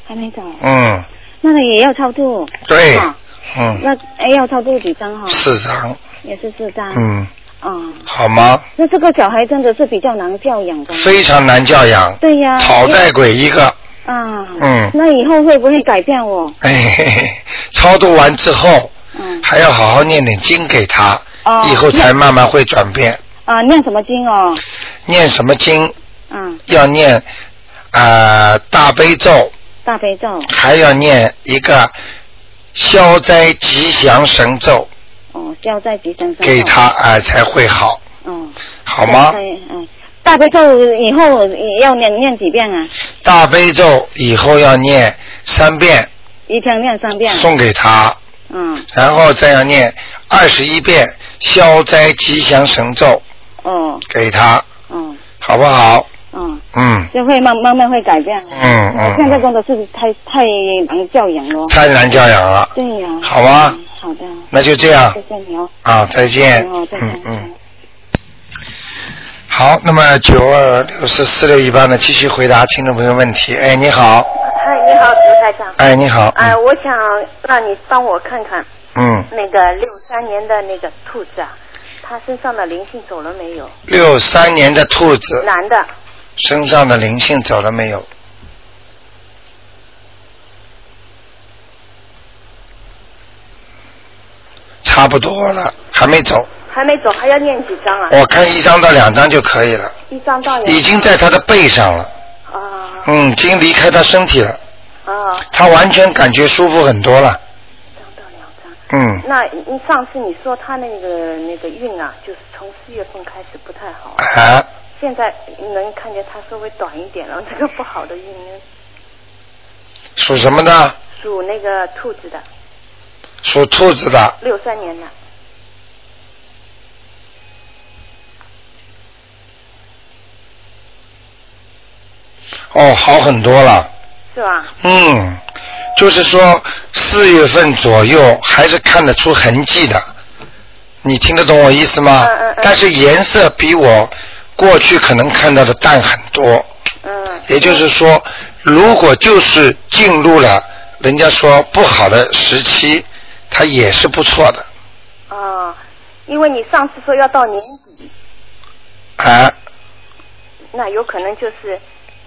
Speaker 4: 还没走，
Speaker 1: 嗯，
Speaker 4: 那个也要超度。
Speaker 1: 对
Speaker 4: 啊，
Speaker 1: 嗯，
Speaker 4: 那哎要超度几张哈？
Speaker 1: 四张，
Speaker 4: 也是四张。
Speaker 1: 嗯，
Speaker 4: 啊，
Speaker 1: 好吗？
Speaker 4: 那这个小孩真的是比较难教养的。
Speaker 1: 非常难教养，
Speaker 4: 对啊呀。
Speaker 1: 讨债鬼一个，
Speaker 4: 啊。
Speaker 1: 嗯
Speaker 4: 那以后会不会改变我？
Speaker 1: 哎，嘿嘿超度完之后
Speaker 4: 嗯。
Speaker 1: 还要好好念点经给他，
Speaker 4: 哦
Speaker 1: 以后才慢慢会转变。
Speaker 4: 啊，念什么经哦？
Speaker 1: 念什么经？
Speaker 4: 啊，
Speaker 1: 要念啊、呃大悲咒，
Speaker 4: 大悲咒。
Speaker 1: 还要念一个消灾吉祥神咒
Speaker 4: 哦，消灾吉祥神咒。
Speaker 1: 给他，哎、才会好，
Speaker 4: 哦。
Speaker 1: 好吗？
Speaker 4: 嗯对，嗯。大悲咒以后也要念念几遍啊？
Speaker 1: 大悲咒以后要念三遍，
Speaker 4: 一天念三遍。
Speaker 1: 送给他，
Speaker 4: 嗯，
Speaker 1: 然后再要念二十一遍消灾吉祥神咒
Speaker 4: 哦，
Speaker 1: 给他，
Speaker 4: 嗯，
Speaker 1: 好不好？
Speaker 4: 嗯，
Speaker 1: 嗯
Speaker 4: 就会慢慢慢会改变。
Speaker 1: 嗯
Speaker 4: 我现在
Speaker 1: 嗯，
Speaker 4: 工作是太太难教养了。
Speaker 1: 太难教养了，
Speaker 4: 对呀、
Speaker 1: 好啊
Speaker 4: 嗯好的，
Speaker 1: 那就这样
Speaker 4: 谢谢你哦。
Speaker 1: 啊，再见
Speaker 4: 哦，再，见
Speaker 1: 嗯。嗯。好，那么九二六四四六一八呢，继续回答听众朋友问题。哎，你好，
Speaker 5: 哎，你好，卢台长。
Speaker 1: 哎，你好，
Speaker 5: 哎、我想让你帮我看看
Speaker 1: 嗯，
Speaker 5: 那个六三年的那个兔子啊，它身上的灵性走了没有？
Speaker 1: 六三年的兔子
Speaker 5: 男的，
Speaker 1: 身上的灵性走了没有？差不多了，还没走，
Speaker 5: 还没走，还要念几张啊？
Speaker 1: 我看一张到两张就可以了，
Speaker 5: 一张到两。
Speaker 1: 呃已经在他的背上了，
Speaker 5: 啊
Speaker 1: 嗯，已经离开他身体了，
Speaker 5: 啊，一
Speaker 1: 他完全感觉舒服很多了，
Speaker 5: 张到两张。
Speaker 1: 嗯，
Speaker 5: 那你上次你说他那个那个运啊，就是从四月份开始不太好，
Speaker 1: 啊，
Speaker 5: 现在能看见它稍微短一点了。这个不好的运
Speaker 1: 属什么的？
Speaker 5: 属那个兔子的，
Speaker 1: 属兔子的，
Speaker 5: 六三年的。
Speaker 1: 哦，好很多了。
Speaker 5: 是吧？
Speaker 1: 嗯，就是说四月份左右还是看得出痕迹的，你听得懂我意思吗？
Speaker 5: 嗯嗯嗯
Speaker 1: 但是颜色比我过去可能看到的淡很多，
Speaker 5: 嗯，
Speaker 1: 也就是说，如果就是进入了人家说不好的时期，它也是不错的
Speaker 5: 啊，因为你上次说要到年底，
Speaker 1: 啊。
Speaker 5: 那有可能就是，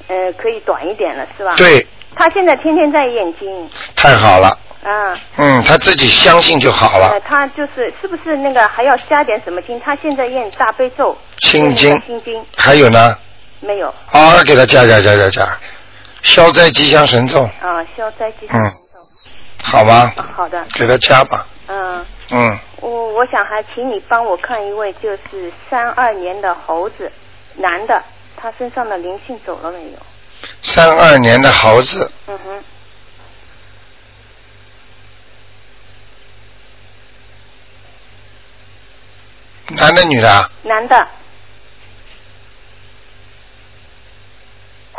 Speaker 5: 呃，可以短一点了，是吧？。
Speaker 1: 对，
Speaker 5: 他现在天天在眼睛，
Speaker 1: 太好了，
Speaker 5: 啊，
Speaker 1: 嗯，他自己相信就好了
Speaker 5: 呃，。他就是是不是那个还要加点什么经？他现在念大悲咒，
Speaker 1: 心经
Speaker 5: 念心经
Speaker 1: 还有呢，
Speaker 5: 没有
Speaker 1: 啊，给他加加加加加，消灾吉祥神咒，
Speaker 5: 啊，消灾吉
Speaker 1: 嗯
Speaker 5: 祥神
Speaker 1: 好吗？
Speaker 5: 咒。啊好的，
Speaker 1: 给他加吧。
Speaker 5: 嗯，
Speaker 1: 嗯，
Speaker 5: 我我想还请你帮我看一位就是三二年的猴子，男的，他身上的灵性走了没有？
Speaker 1: 三二年的猴子，
Speaker 5: 嗯哼，
Speaker 1: 男的女的啊？
Speaker 5: 男的，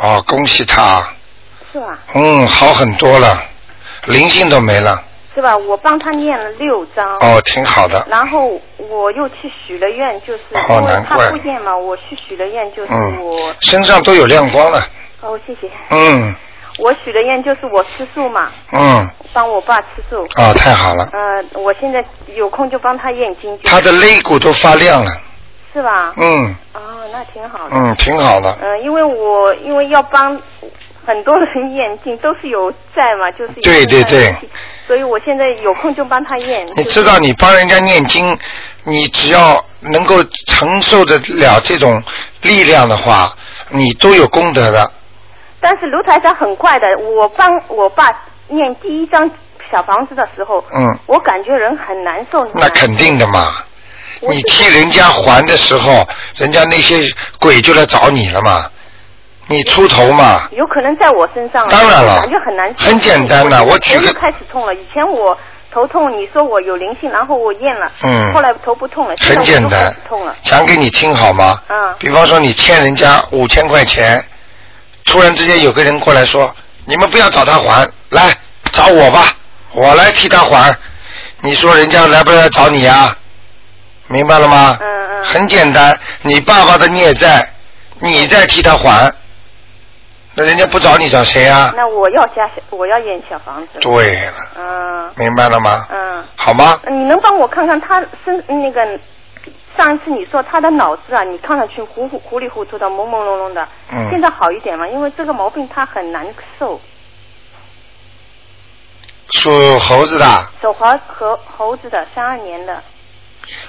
Speaker 1: 哦，恭喜他啊，
Speaker 5: 是吧？
Speaker 1: 嗯，好很多了，灵性都没了，
Speaker 5: 是吧？我帮他念了六章，
Speaker 1: 哦，挺好的，
Speaker 5: 然后我又去许了愿，就是
Speaker 1: 哦
Speaker 5: 因为
Speaker 1: 难怪
Speaker 5: 他不念嘛，我去许了愿，就是
Speaker 1: 嗯
Speaker 5: 我、
Speaker 1: 身上都有亮光了，
Speaker 5: 哦，谢谢，
Speaker 1: 嗯
Speaker 5: 我许的愿就是我吃素嘛，
Speaker 1: 嗯，
Speaker 5: 帮我爸吃素。
Speaker 1: 哦，太好了，
Speaker 5: 呃，我现在有空就帮他念经，就
Speaker 1: 他的肋骨都发亮了，
Speaker 5: 是吧？
Speaker 1: 嗯
Speaker 5: 哦，那挺好的。
Speaker 1: 嗯，挺好的，
Speaker 5: 呃，因为我因为要帮很多人念经，都是有债嘛，就是有
Speaker 1: 对对
Speaker 5: 债
Speaker 1: 对
Speaker 5: 问题，所以我现在有空就帮他念。
Speaker 1: 你
Speaker 5: 就是
Speaker 1: 知道，你帮人家念经，你只要能够承受得了这种力量的话，你都有功德的。
Speaker 5: 但是卢台长很快的，我帮我爸念第一张小房子的时候，
Speaker 1: 嗯
Speaker 5: 我感觉人很难受。很
Speaker 1: 那
Speaker 5: 难
Speaker 1: 肯定的嘛，
Speaker 5: 我
Speaker 1: 你
Speaker 5: 是
Speaker 1: 替人家还的时候，人家那些鬼就来找你了嘛，你出头嘛。
Speaker 5: 有可能在我身上，啊
Speaker 1: 当然了
Speaker 5: 感觉很难受。
Speaker 1: 很简单呐
Speaker 5: 我
Speaker 1: 我举
Speaker 5: 头
Speaker 1: 个
Speaker 5: 就开始痛了，以前我头痛，你说我有灵性，然后我验了，
Speaker 1: 嗯
Speaker 5: 后来头不痛了，现
Speaker 1: 很
Speaker 5: 在哎我
Speaker 1: 简
Speaker 5: 又开
Speaker 1: 单
Speaker 5: 始痛了，
Speaker 1: 讲给你听好吗？
Speaker 5: 嗯
Speaker 1: 比方说你欠人家五千块钱，突然之间有个人过来说，你们不要找他还，来找我吧，我来替他还。你说人家来不来找你呀、明白了吗？
Speaker 5: 嗯嗯
Speaker 1: 很简单，你爸爸的孽债，你在替他还，那人家不找你找谁啊？
Speaker 5: 那我要加，我要验小房子。
Speaker 1: 对了，
Speaker 5: 嗯
Speaker 1: 明白了吗？
Speaker 5: 嗯，
Speaker 1: 好吗？
Speaker 5: 你能帮我看看他身那个？上一次你说他的脑子啊，你看上去糊糊糊里糊涂的、朦朦胧胧的，
Speaker 1: 嗯
Speaker 5: 现在好一点吗？因为这个毛病他很难受，
Speaker 1: 属猴子的
Speaker 5: 手滑和猴子的三二年的，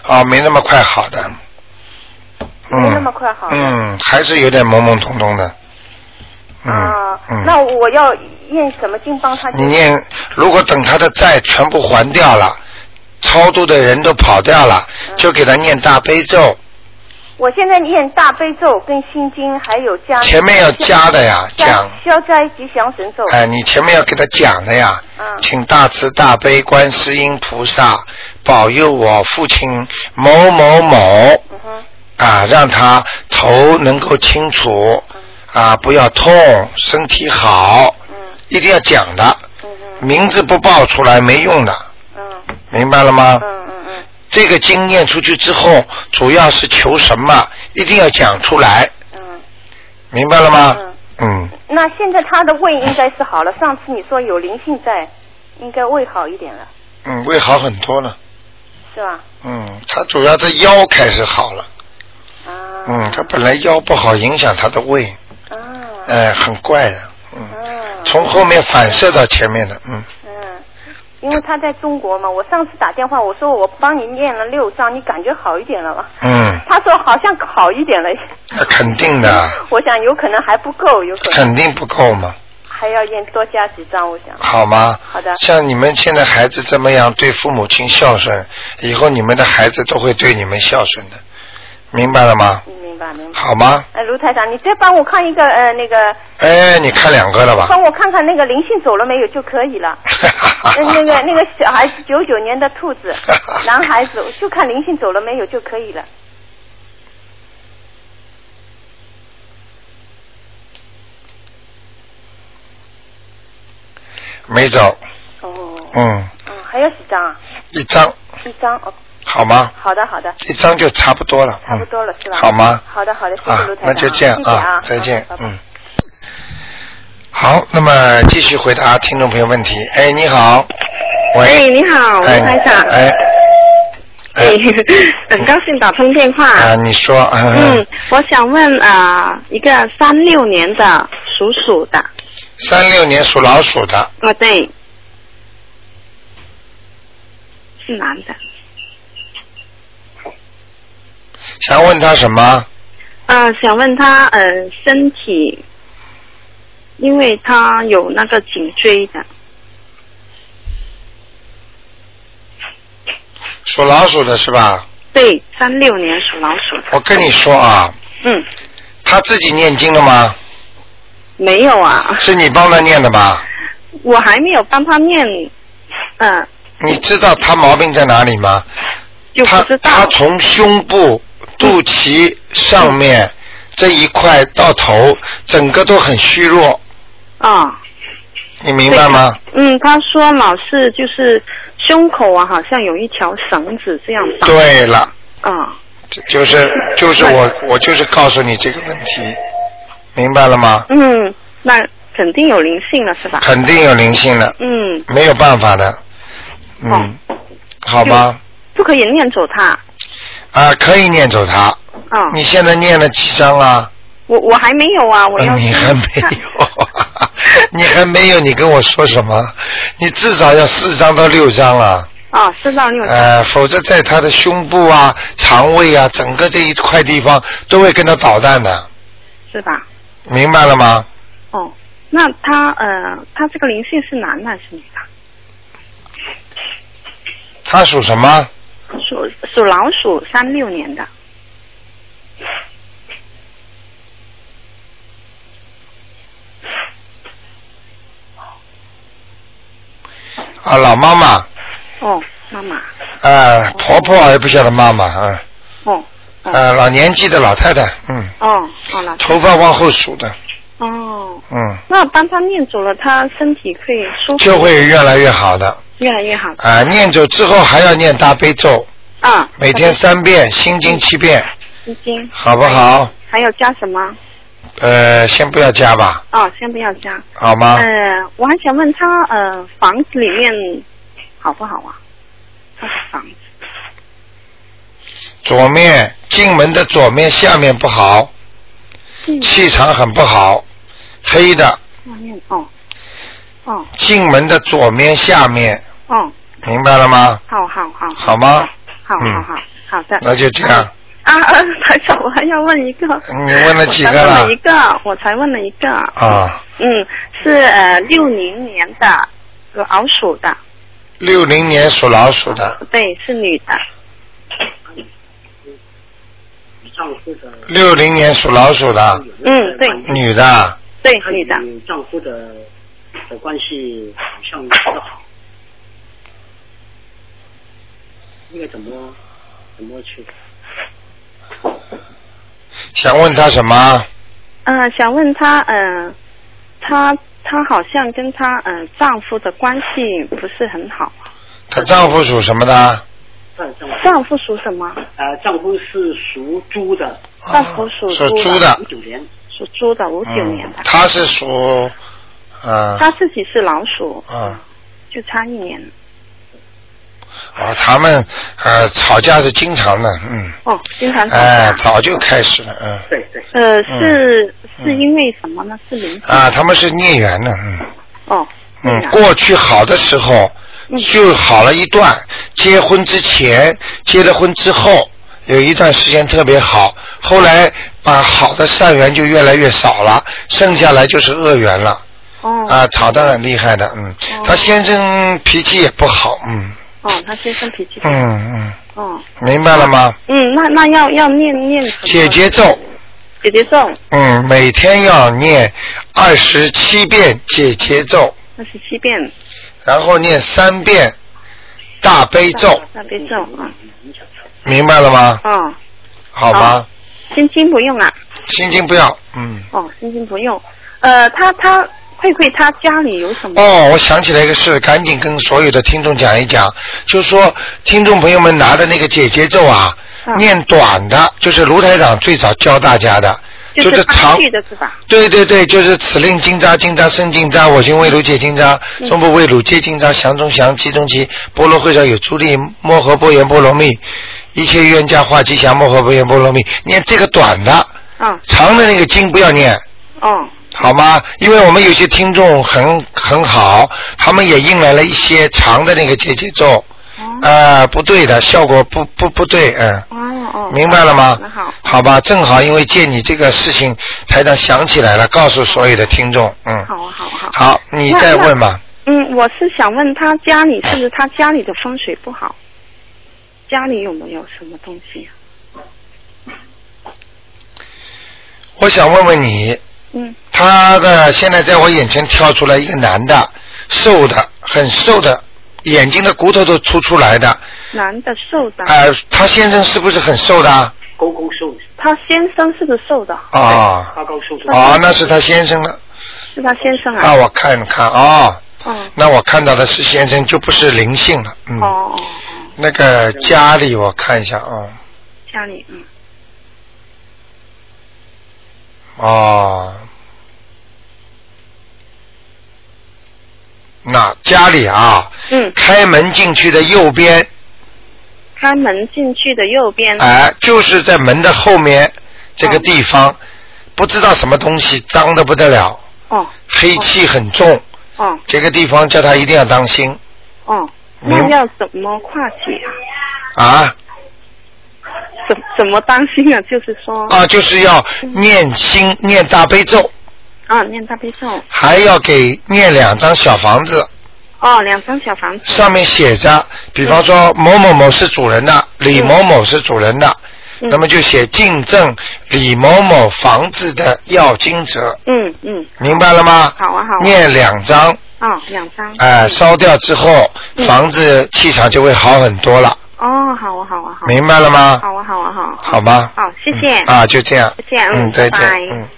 Speaker 1: 啊，没那么快好的。嗯、
Speaker 5: 没那么快好的
Speaker 1: 嗯，还是有点懵懵懂懂的。嗯、
Speaker 5: 啊，
Speaker 1: 嗯。
Speaker 5: 那我要验什么经帮他？
Speaker 1: 你念，如果等他的债全部还
Speaker 5: 嗯
Speaker 1: 掉了，超度的人都跑掉了，就给他念大悲咒，
Speaker 5: 我现在念大悲咒跟心经，还有加
Speaker 1: 前面要加的呀
Speaker 5: 加消灾吉祥神咒。
Speaker 1: 哎，你前面要给他讲的呀，
Speaker 5: 嗯
Speaker 1: 请大慈大悲观世音菩萨保佑我父亲某某某
Speaker 5: 嗯哼，
Speaker 1: 啊，让他头能够清楚啊，不要痛，身体好，
Speaker 5: 嗯
Speaker 1: 一定要讲的，
Speaker 5: 嗯哼，
Speaker 1: 名字不报出来没用的，
Speaker 5: 嗯
Speaker 1: 明白了吗？
Speaker 5: 嗯嗯嗯，
Speaker 1: 这个经念出去之后，主要是求什么，一定要讲出来，
Speaker 5: 嗯。
Speaker 1: 明白了吗？嗯，
Speaker 5: 那现在他的胃应该是好了，上次你说有灵性在，应该胃好一点了，
Speaker 1: 嗯，胃好很多了。
Speaker 5: 是吧？
Speaker 1: 嗯，他主要他腰开始好了。
Speaker 5: 啊。
Speaker 1: 嗯，他本来腰不好，影响他的胃，
Speaker 5: 啊。
Speaker 1: 哎，很怪的。嗯，
Speaker 5: 嗯。
Speaker 1: 从后面反射到前面的。嗯，
Speaker 5: 嗯，因为他在中国嘛，我上次打电话我说我帮你念了六章，你感觉好一点了吗？
Speaker 1: 嗯，
Speaker 5: 他说好像好一点了，
Speaker 1: 那肯定的，
Speaker 5: 我想有可能还不够，有 可能
Speaker 1: 肯定不够嘛，
Speaker 5: 还要念多加几张，我想。
Speaker 1: 好吗？
Speaker 5: 好的
Speaker 1: 像你们现在孩子这么样对父母亲孝顺，以后你们的孩子都会对你们孝顺的，明白了吗？
Speaker 5: 嗯明白明白。
Speaker 1: 好吗？
Speaker 5: 哎，卢台长，你再帮我看一个呃那个，
Speaker 1: 哎，你看两个了吧？，
Speaker 5: 帮我看看那个灵性走了没有就可以了。呃那个那个小孩子，九九年的兔子 男孩子，就看灵性走了没有就可以了。
Speaker 1: 没走，
Speaker 5: 哦，
Speaker 1: 嗯，
Speaker 5: 嗯，还有几张啊？
Speaker 1: 一张
Speaker 5: 一张哦，
Speaker 1: 好吗？
Speaker 5: 好的好的。
Speaker 1: 一张就差不多了，
Speaker 5: 差不多了
Speaker 1: 嗯、
Speaker 5: 是吧
Speaker 1: 好吗？
Speaker 5: 好的好的谢谢
Speaker 1: 啊
Speaker 5: 卢台，长
Speaker 1: 那就这样
Speaker 5: 谢谢啊
Speaker 1: 再见，
Speaker 5: 好拜拜
Speaker 1: 嗯。好，那么继续回答听众朋友问题。哎，你好，
Speaker 6: 哎，
Speaker 1: 喂，
Speaker 6: 你好，吴
Speaker 1: 哎，
Speaker 6: 台长。
Speaker 1: 哎，哎
Speaker 6: 哎， 很高兴打通电话。
Speaker 1: 啊，你说，
Speaker 6: 嗯，我想问啊、呃一个三六年的属鼠的，啊、
Speaker 1: 三六年属老鼠的，
Speaker 6: 对，是男的。
Speaker 1: 想问他什么？
Speaker 6: 呃，想问他呃身体，因为他有那个颈椎的，
Speaker 1: 属老鼠的是吧？
Speaker 6: 对，三六年属老鼠的，
Speaker 1: 我跟你说啊，
Speaker 6: 嗯，
Speaker 1: 他自己念经了吗？
Speaker 6: 没有啊，
Speaker 1: 是你帮他念的吧？
Speaker 6: 我还没有帮他念，嗯、
Speaker 1: 你知道他毛病在哪里吗？
Speaker 6: 就不
Speaker 1: 他
Speaker 6: 知道
Speaker 1: 他从胸部、肚脐上面、
Speaker 6: 嗯
Speaker 1: 这一块到头，整个都很虚弱，
Speaker 6: 啊。
Speaker 1: 你明白吗？
Speaker 6: 嗯，他说老是就是胸口啊，好像有一条绳子这样绑。
Speaker 1: 对了，
Speaker 6: 啊、
Speaker 1: 这就是就是我我就是告诉你这个问题，明白了吗？
Speaker 6: 嗯，那肯定有灵性了是吧？
Speaker 1: 肯定有灵性的，
Speaker 6: 嗯，
Speaker 1: 没有办法的，嗯，好吧，
Speaker 6: 不可以念走他。
Speaker 1: 啊，可以念走它。
Speaker 6: 啊、
Speaker 1: 你现在念了几啊章了？
Speaker 6: 我我还没有啊，我要
Speaker 1: 嗯
Speaker 6: 先
Speaker 1: 你还没
Speaker 6: 看
Speaker 1: 有， 你还没有，你跟我说什么？你至少要四张到六张了。
Speaker 6: 啊，四到六张。
Speaker 1: 呃，否则在他的胸部啊、肠胃啊，整个这一块地方都会跟他捣蛋的，
Speaker 6: 是吧？
Speaker 1: 明白了吗？
Speaker 6: 哦，那他呃，他这个灵性是男的还是女的？
Speaker 1: 他属什么？
Speaker 6: 属属老鼠，三六年的。
Speaker 1: 啊，老妈妈，
Speaker 6: 哦，妈妈。
Speaker 1: 呃，婆婆也不晓得妈妈啊，
Speaker 6: 哦
Speaker 1: 嗯呃，老年纪的老太太，嗯，
Speaker 6: 哦哦，老师。
Speaker 1: 头发往后梳的，
Speaker 6: 哦，
Speaker 1: 嗯，
Speaker 6: 那帮他念走了，他身体可以舒服
Speaker 1: 就会越来越好的。
Speaker 6: 越来越好。
Speaker 1: 啊、念走之后还要念大悲咒，
Speaker 6: 啊，
Speaker 1: 每天三遍，心经七遍，
Speaker 6: 一斤，
Speaker 1: 好不好？
Speaker 6: 还有加什么？
Speaker 1: 呃，先不要加吧，
Speaker 6: 哦，先不要加。
Speaker 1: 好吗？
Speaker 6: 呃，我还想问他，呃，房子里面好不好啊？他的房子
Speaker 1: 左面进门的左面下面不好，
Speaker 6: 嗯
Speaker 1: 气场很不好，黑的。
Speaker 6: 下面哦，哦
Speaker 1: 进门的左面下面，
Speaker 6: 哦，
Speaker 1: 明白了吗？
Speaker 6: 好好好，
Speaker 1: 好吗？
Speaker 6: 哦好好
Speaker 1: 嗯
Speaker 6: 好，好的。
Speaker 1: 那就这样。
Speaker 6: 啊， 呃台长，我还要问一个。
Speaker 1: 你问了几个
Speaker 6: 我才问
Speaker 1: 了
Speaker 6: 了一个，我才问了一个。
Speaker 1: 啊，
Speaker 6: 嗯，是呃六零年的老鼠的，
Speaker 1: 六零年属老鼠的，
Speaker 6: 对，是女的。
Speaker 7: 丈夫的
Speaker 1: 六零年属老鼠的
Speaker 6: 嗯对
Speaker 1: 女的，
Speaker 6: 对，
Speaker 7: 她
Speaker 6: 女的，
Speaker 7: 与丈夫的的关系好像不大好，应该怎么怎么去？
Speaker 1: 想问她什么？
Speaker 6: 嗯、想问她，嗯、她她好像跟她嗯、呃丈夫的关系不是很好，
Speaker 1: 她丈夫属什么的？
Speaker 7: 她的丈夫
Speaker 6: 丈夫属什么？
Speaker 7: 呃，丈夫是属猪的，
Speaker 6: 丈夫属
Speaker 1: 属猪
Speaker 6: 猪
Speaker 1: 的
Speaker 7: 五，九年，
Speaker 6: 属猪的，五九年
Speaker 1: 嗯
Speaker 6: 的，，
Speaker 1: 她是属，嗯
Speaker 6: 她自己是老鼠，
Speaker 1: 嗯，
Speaker 6: 就差一年。
Speaker 1: 哦，他们呃吵架是经常的，嗯，
Speaker 6: 哦，经常吵
Speaker 1: 哎
Speaker 6: 架，。
Speaker 1: 早就开始了，嗯，
Speaker 7: 对对，
Speaker 6: 呃，是、是因为什么呢？是灵性
Speaker 1: 啊，他们是孽缘的，嗯。
Speaker 6: 哦，对
Speaker 1: 嗯，
Speaker 6: 呀、
Speaker 1: 过去好的时候
Speaker 6: 嗯
Speaker 1: 就好了一段，结婚之前、结了婚之后有一段时间特别好，后来把好的善缘就越来越少了，剩下来就是恶缘了
Speaker 6: 哦、
Speaker 1: 啊，吵得很厉害的，嗯，他先生脾气也不好，嗯
Speaker 6: 哦，他先生脾气不好。
Speaker 1: 嗯嗯，
Speaker 6: 哦，
Speaker 1: 明白了吗？
Speaker 6: 嗯，那那要要念念什么？
Speaker 1: 姐姐咒，
Speaker 6: 姐姐咒
Speaker 1: 嗯，每天要念二十七遍姐姐咒，
Speaker 6: 二十七遍，
Speaker 1: 然后念三遍大悲咒，
Speaker 6: 大悲咒啊，
Speaker 1: 明白了吗？
Speaker 6: 哦，
Speaker 1: 好吗？
Speaker 6: 心经不用啊，
Speaker 1: 心经不要，嗯。
Speaker 6: 哦，心经不用。呃，他他慧慧他家里有什么？
Speaker 1: 哦，我想起来一个事，赶紧跟所有的听众讲一讲，就说听众朋友们拿的那个解结咒啊，
Speaker 6: 嗯
Speaker 1: 念短的，就是卢台长最早教大家的，
Speaker 6: 就是是
Speaker 1: 长
Speaker 6: 他。去的是吧？
Speaker 1: 对对对，就是此令金扎金扎生金扎，我行为如解金扎，
Speaker 6: 嗯
Speaker 1: 中不为如解金扎，降中降，其中其，波罗会上有诸力，摩诃波言波罗蜜，一切冤家化吉祥，摩诃波言波罗蜜，念这个短的，
Speaker 6: 嗯，
Speaker 1: 长的那个经不要念。
Speaker 6: 哦，
Speaker 1: 好吗？因为我们有些听众很很好，他们也引来了一些长的那个结节奏，
Speaker 6: 哦，
Speaker 1: 呃，不对的，效果不不不对，嗯、
Speaker 6: 哦哦，
Speaker 1: 明白了吗
Speaker 6: 那？好，
Speaker 1: 吧，正好因为借你这个事情，台长想起来了，告诉所有的听众，嗯，
Speaker 6: 好啊，好啊，好啊。
Speaker 1: 好，你再问吧，
Speaker 6: 嗯，我是想问他家里是不是他家里的风水不好？家里有没有什么东西啊？
Speaker 1: 我想问问你，
Speaker 6: 嗯，
Speaker 1: 他的现在在我眼前跳出来一个男的，瘦的，很瘦的，眼睛的骨头都凸出来的，
Speaker 8: 啊
Speaker 6: 男的瘦的，
Speaker 1: 呃，他先生是不是很瘦的啊？
Speaker 7: 高高瘦，
Speaker 6: 他先生是不是瘦的？
Speaker 1: 哦
Speaker 7: 高高瘦瘦，
Speaker 1: 哦，那是他先生了。
Speaker 6: 是他先
Speaker 8: 嗯
Speaker 6: 生
Speaker 1: 啊，
Speaker 6: 啊？
Speaker 1: 我看看啊、
Speaker 6: 哦
Speaker 1: 那我看到的是先生，就不是灵性了。嗯，
Speaker 6: 哦哦，哦
Speaker 1: 那个家里我看一下啊、
Speaker 6: 家里嗯，
Speaker 1: 哦，那家里啊，
Speaker 6: 嗯，
Speaker 1: 开门进去的右边，
Speaker 6: 开门进去的右边，
Speaker 1: 哎、就是在门的后面这个地方，不知道什么东西脏的不得了，
Speaker 6: 哦
Speaker 1: 黑气很重，
Speaker 6: 哦
Speaker 1: 这个地方叫他一定要当心
Speaker 6: 哦，
Speaker 1: 明
Speaker 6: 那要怎么化解啊？
Speaker 1: 啊。
Speaker 6: 怎怎么担心啊？就是说
Speaker 1: 啊，就是要念经、念大悲咒，
Speaker 6: 啊，念大悲咒，
Speaker 1: 还要给念两张小房子，
Speaker 6: 哦，两张小房子，
Speaker 1: 上面写着，比方说某某某是主人的，李某某是主人的，
Speaker 6: 嗯
Speaker 1: 那么就写敬赠李某某房子的要经者，
Speaker 6: 嗯嗯，
Speaker 1: 明白了吗？
Speaker 6: 好啊好啊
Speaker 1: 念两张，
Speaker 6: 哦，两张，
Speaker 1: 哎、
Speaker 6: 嗯
Speaker 1: 烧掉之后，房子气场就会好很多了，
Speaker 6: 哦，好啊好啊好啊。
Speaker 1: 明白了吗？
Speaker 6: 好啊，好啊，好啊。
Speaker 1: 好吗？
Speaker 6: 好，谢谢。
Speaker 1: 嗯啊，就这样。
Speaker 6: 再见
Speaker 1: 嗯，
Speaker 6: 嗯
Speaker 1: 再见
Speaker 6: 拜拜。
Speaker 1: 嗯。